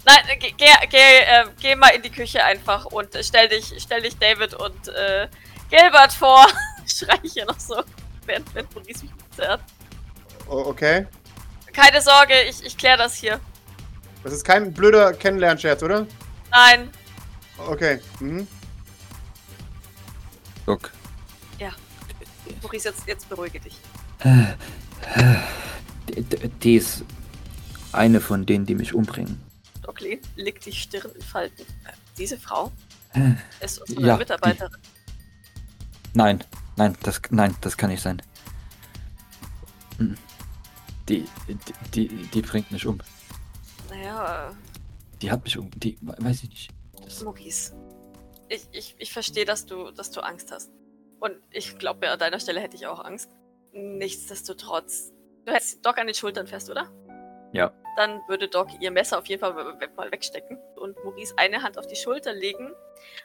Speaker 1: Nein, geh, geh, geh, äh, geh mal in die Küche einfach und äh, stell dich, stell dich David und äh, Gilbert vor. Schrei ich hier noch so, während, während Maurice mich zerrt.
Speaker 2: O- Oh, Okay.
Speaker 1: Keine Sorge, ich, ich kläre das hier.
Speaker 2: Das ist kein blöder Kennenlernscherz, oder?
Speaker 1: Nein.
Speaker 2: Okay. Mhm.
Speaker 3: Doc.
Speaker 1: Maurice, jetzt, jetzt beruhige dich.
Speaker 6: Die, die- die ist eine von denen, die mich umbringen.
Speaker 1: Doc le- legt die Stirn in Falten. Äh, Diese Frau
Speaker 6: Äh,
Speaker 1: ist unsere
Speaker 3: Ja, die-
Speaker 1: Mitarbeiterin.
Speaker 6: Nein, nein, das, nein, das kann nicht sein.
Speaker 3: Die, die, die, die bringt mich um.
Speaker 1: Naja,
Speaker 3: Die hat mich um. Die, weiß ich nicht.
Speaker 1: äh, Maurice. Ich, ich, ich verstehe, dass du, dass du Angst hast. Und ich glaube, an deiner Stelle hätte ich auch Angst. Nichtsdestotrotz. Du hättest Doc an den Schultern fest, oder?
Speaker 3: Ja.
Speaker 1: Dann würde Doc ihr Messer auf jeden Fall we- we- mal wegstecken und Maurice eine Hand auf die Schulter legen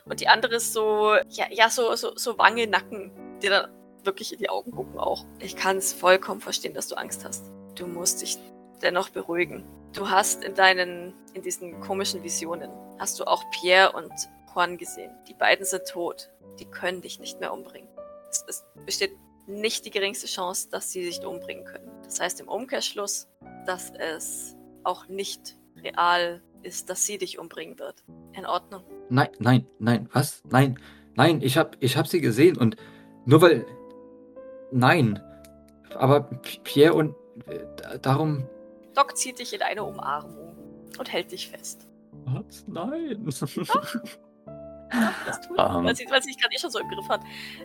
Speaker 1: und die andere ist so, ja, ja so, so, so Wange, Nacken, dir dann wirklich in die Augen gucken auch. Ich kann es vollkommen verstehen, dass du Angst hast. Du musst dich dennoch beruhigen. Du hast in deinen, in diesen komischen Visionen, hast du auch Pierre und Juan gesehen. Die beiden sind tot. Die können dich nicht mehr umbringen. Es, es besteht nicht die geringste Chance, dass sie sich umbringen können. Das heißt im Umkehrschluss, dass es auch nicht real ist, dass sie dich umbringen wird. In Ordnung.
Speaker 3: Nein, nein, nein, was? Nein, nein, ich hab, ich hab sie gesehen und nur weil. Nein. Aber P- Pierre und. äh, da- Darum.
Speaker 1: Doc zieht dich in eine Umarmung und hält dich fest.
Speaker 3: Was? Nein.
Speaker 1: Das tut,
Speaker 3: Ähm.
Speaker 1: weil sie, weil sie dich gerade eh schon so im Griff hat,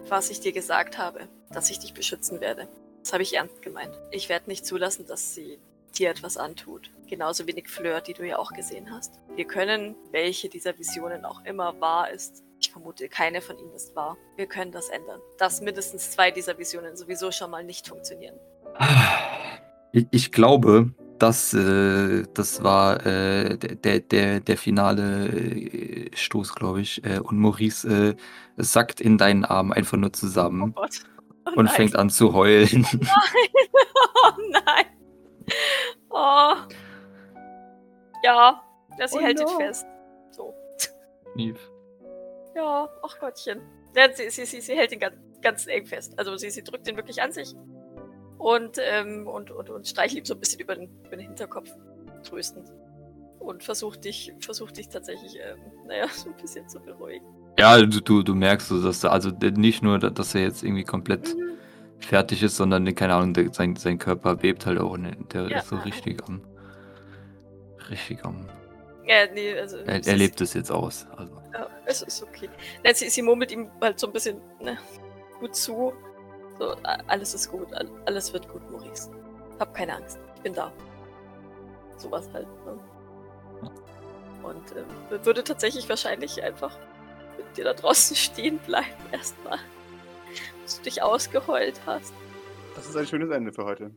Speaker 1: was ich dir gesagt habe, dass ich dich beschützen werde. Das habe ich ernst gemeint. Ich werde nicht zulassen, dass sie dir etwas antut. Genauso wenig Fleur, die du ja auch gesehen hast. Wir können, welche dieser Visionen auch immer wahr ist, ich vermute, keine von ihnen ist wahr. Wir können das ändern. Dass mindestens zwei dieser Visionen sowieso schon mal nicht funktionieren.
Speaker 3: Ich, ich glaube, das, äh, das war äh, der- der, der, der finale äh, Stoß, glaube ich. Äh, und Maurice äh, sackt in deinen Armen einfach nur
Speaker 1: Oh
Speaker 3: zusammen
Speaker 1: Gott. Oh
Speaker 3: Hm. und
Speaker 1: nein.
Speaker 3: fängt an zu heulen.
Speaker 1: Oh nein. Oh. Ja, ja sie
Speaker 2: Oh
Speaker 1: hält ihn
Speaker 2: no.
Speaker 1: fest. So. Ja, ach Gottchen. Ja, sie, sie, sie, sie hält ihn ganz, ganz eng fest. Also sie, sie drückt ihn wirklich an sich und, ähm, und, und, und streichelt ihm so ein bisschen über den, über den Hinterkopf. Tröstend. Und versucht dich, versucht dich tatsächlich, ähm, naja, so ein bisschen zu beruhigen.
Speaker 3: Ja, du, du, du merkst, so, dass er, also der- nicht nur, da- dass er jetzt irgendwie komplett
Speaker 1: Mhm.
Speaker 3: fertig ist, sondern, keine Ahnung, der, sein, sein Körper bebt halt auch. Ne? Der
Speaker 1: Ja.
Speaker 3: ist so richtig am. Richtig am.
Speaker 1: Ja, nee, also.
Speaker 3: Er,
Speaker 1: sie-
Speaker 3: er lebt es jetzt aus. Also.
Speaker 1: Ja, es ist okay. Nein, sie, sie murmelt ihm halt so ein bisschen ne, gut zu. So, a- alles ist gut, al- alles wird gut, Maurice. Hab keine Angst, ich bin da. Sowas halt. Ne? Und ähm, w- würde tatsächlich wahrscheinlich einfach mit dir da draußen stehen bleiben, erstmal. Bis du dich ausgeheult hast.
Speaker 2: Das ist ein schönes Ende für heute.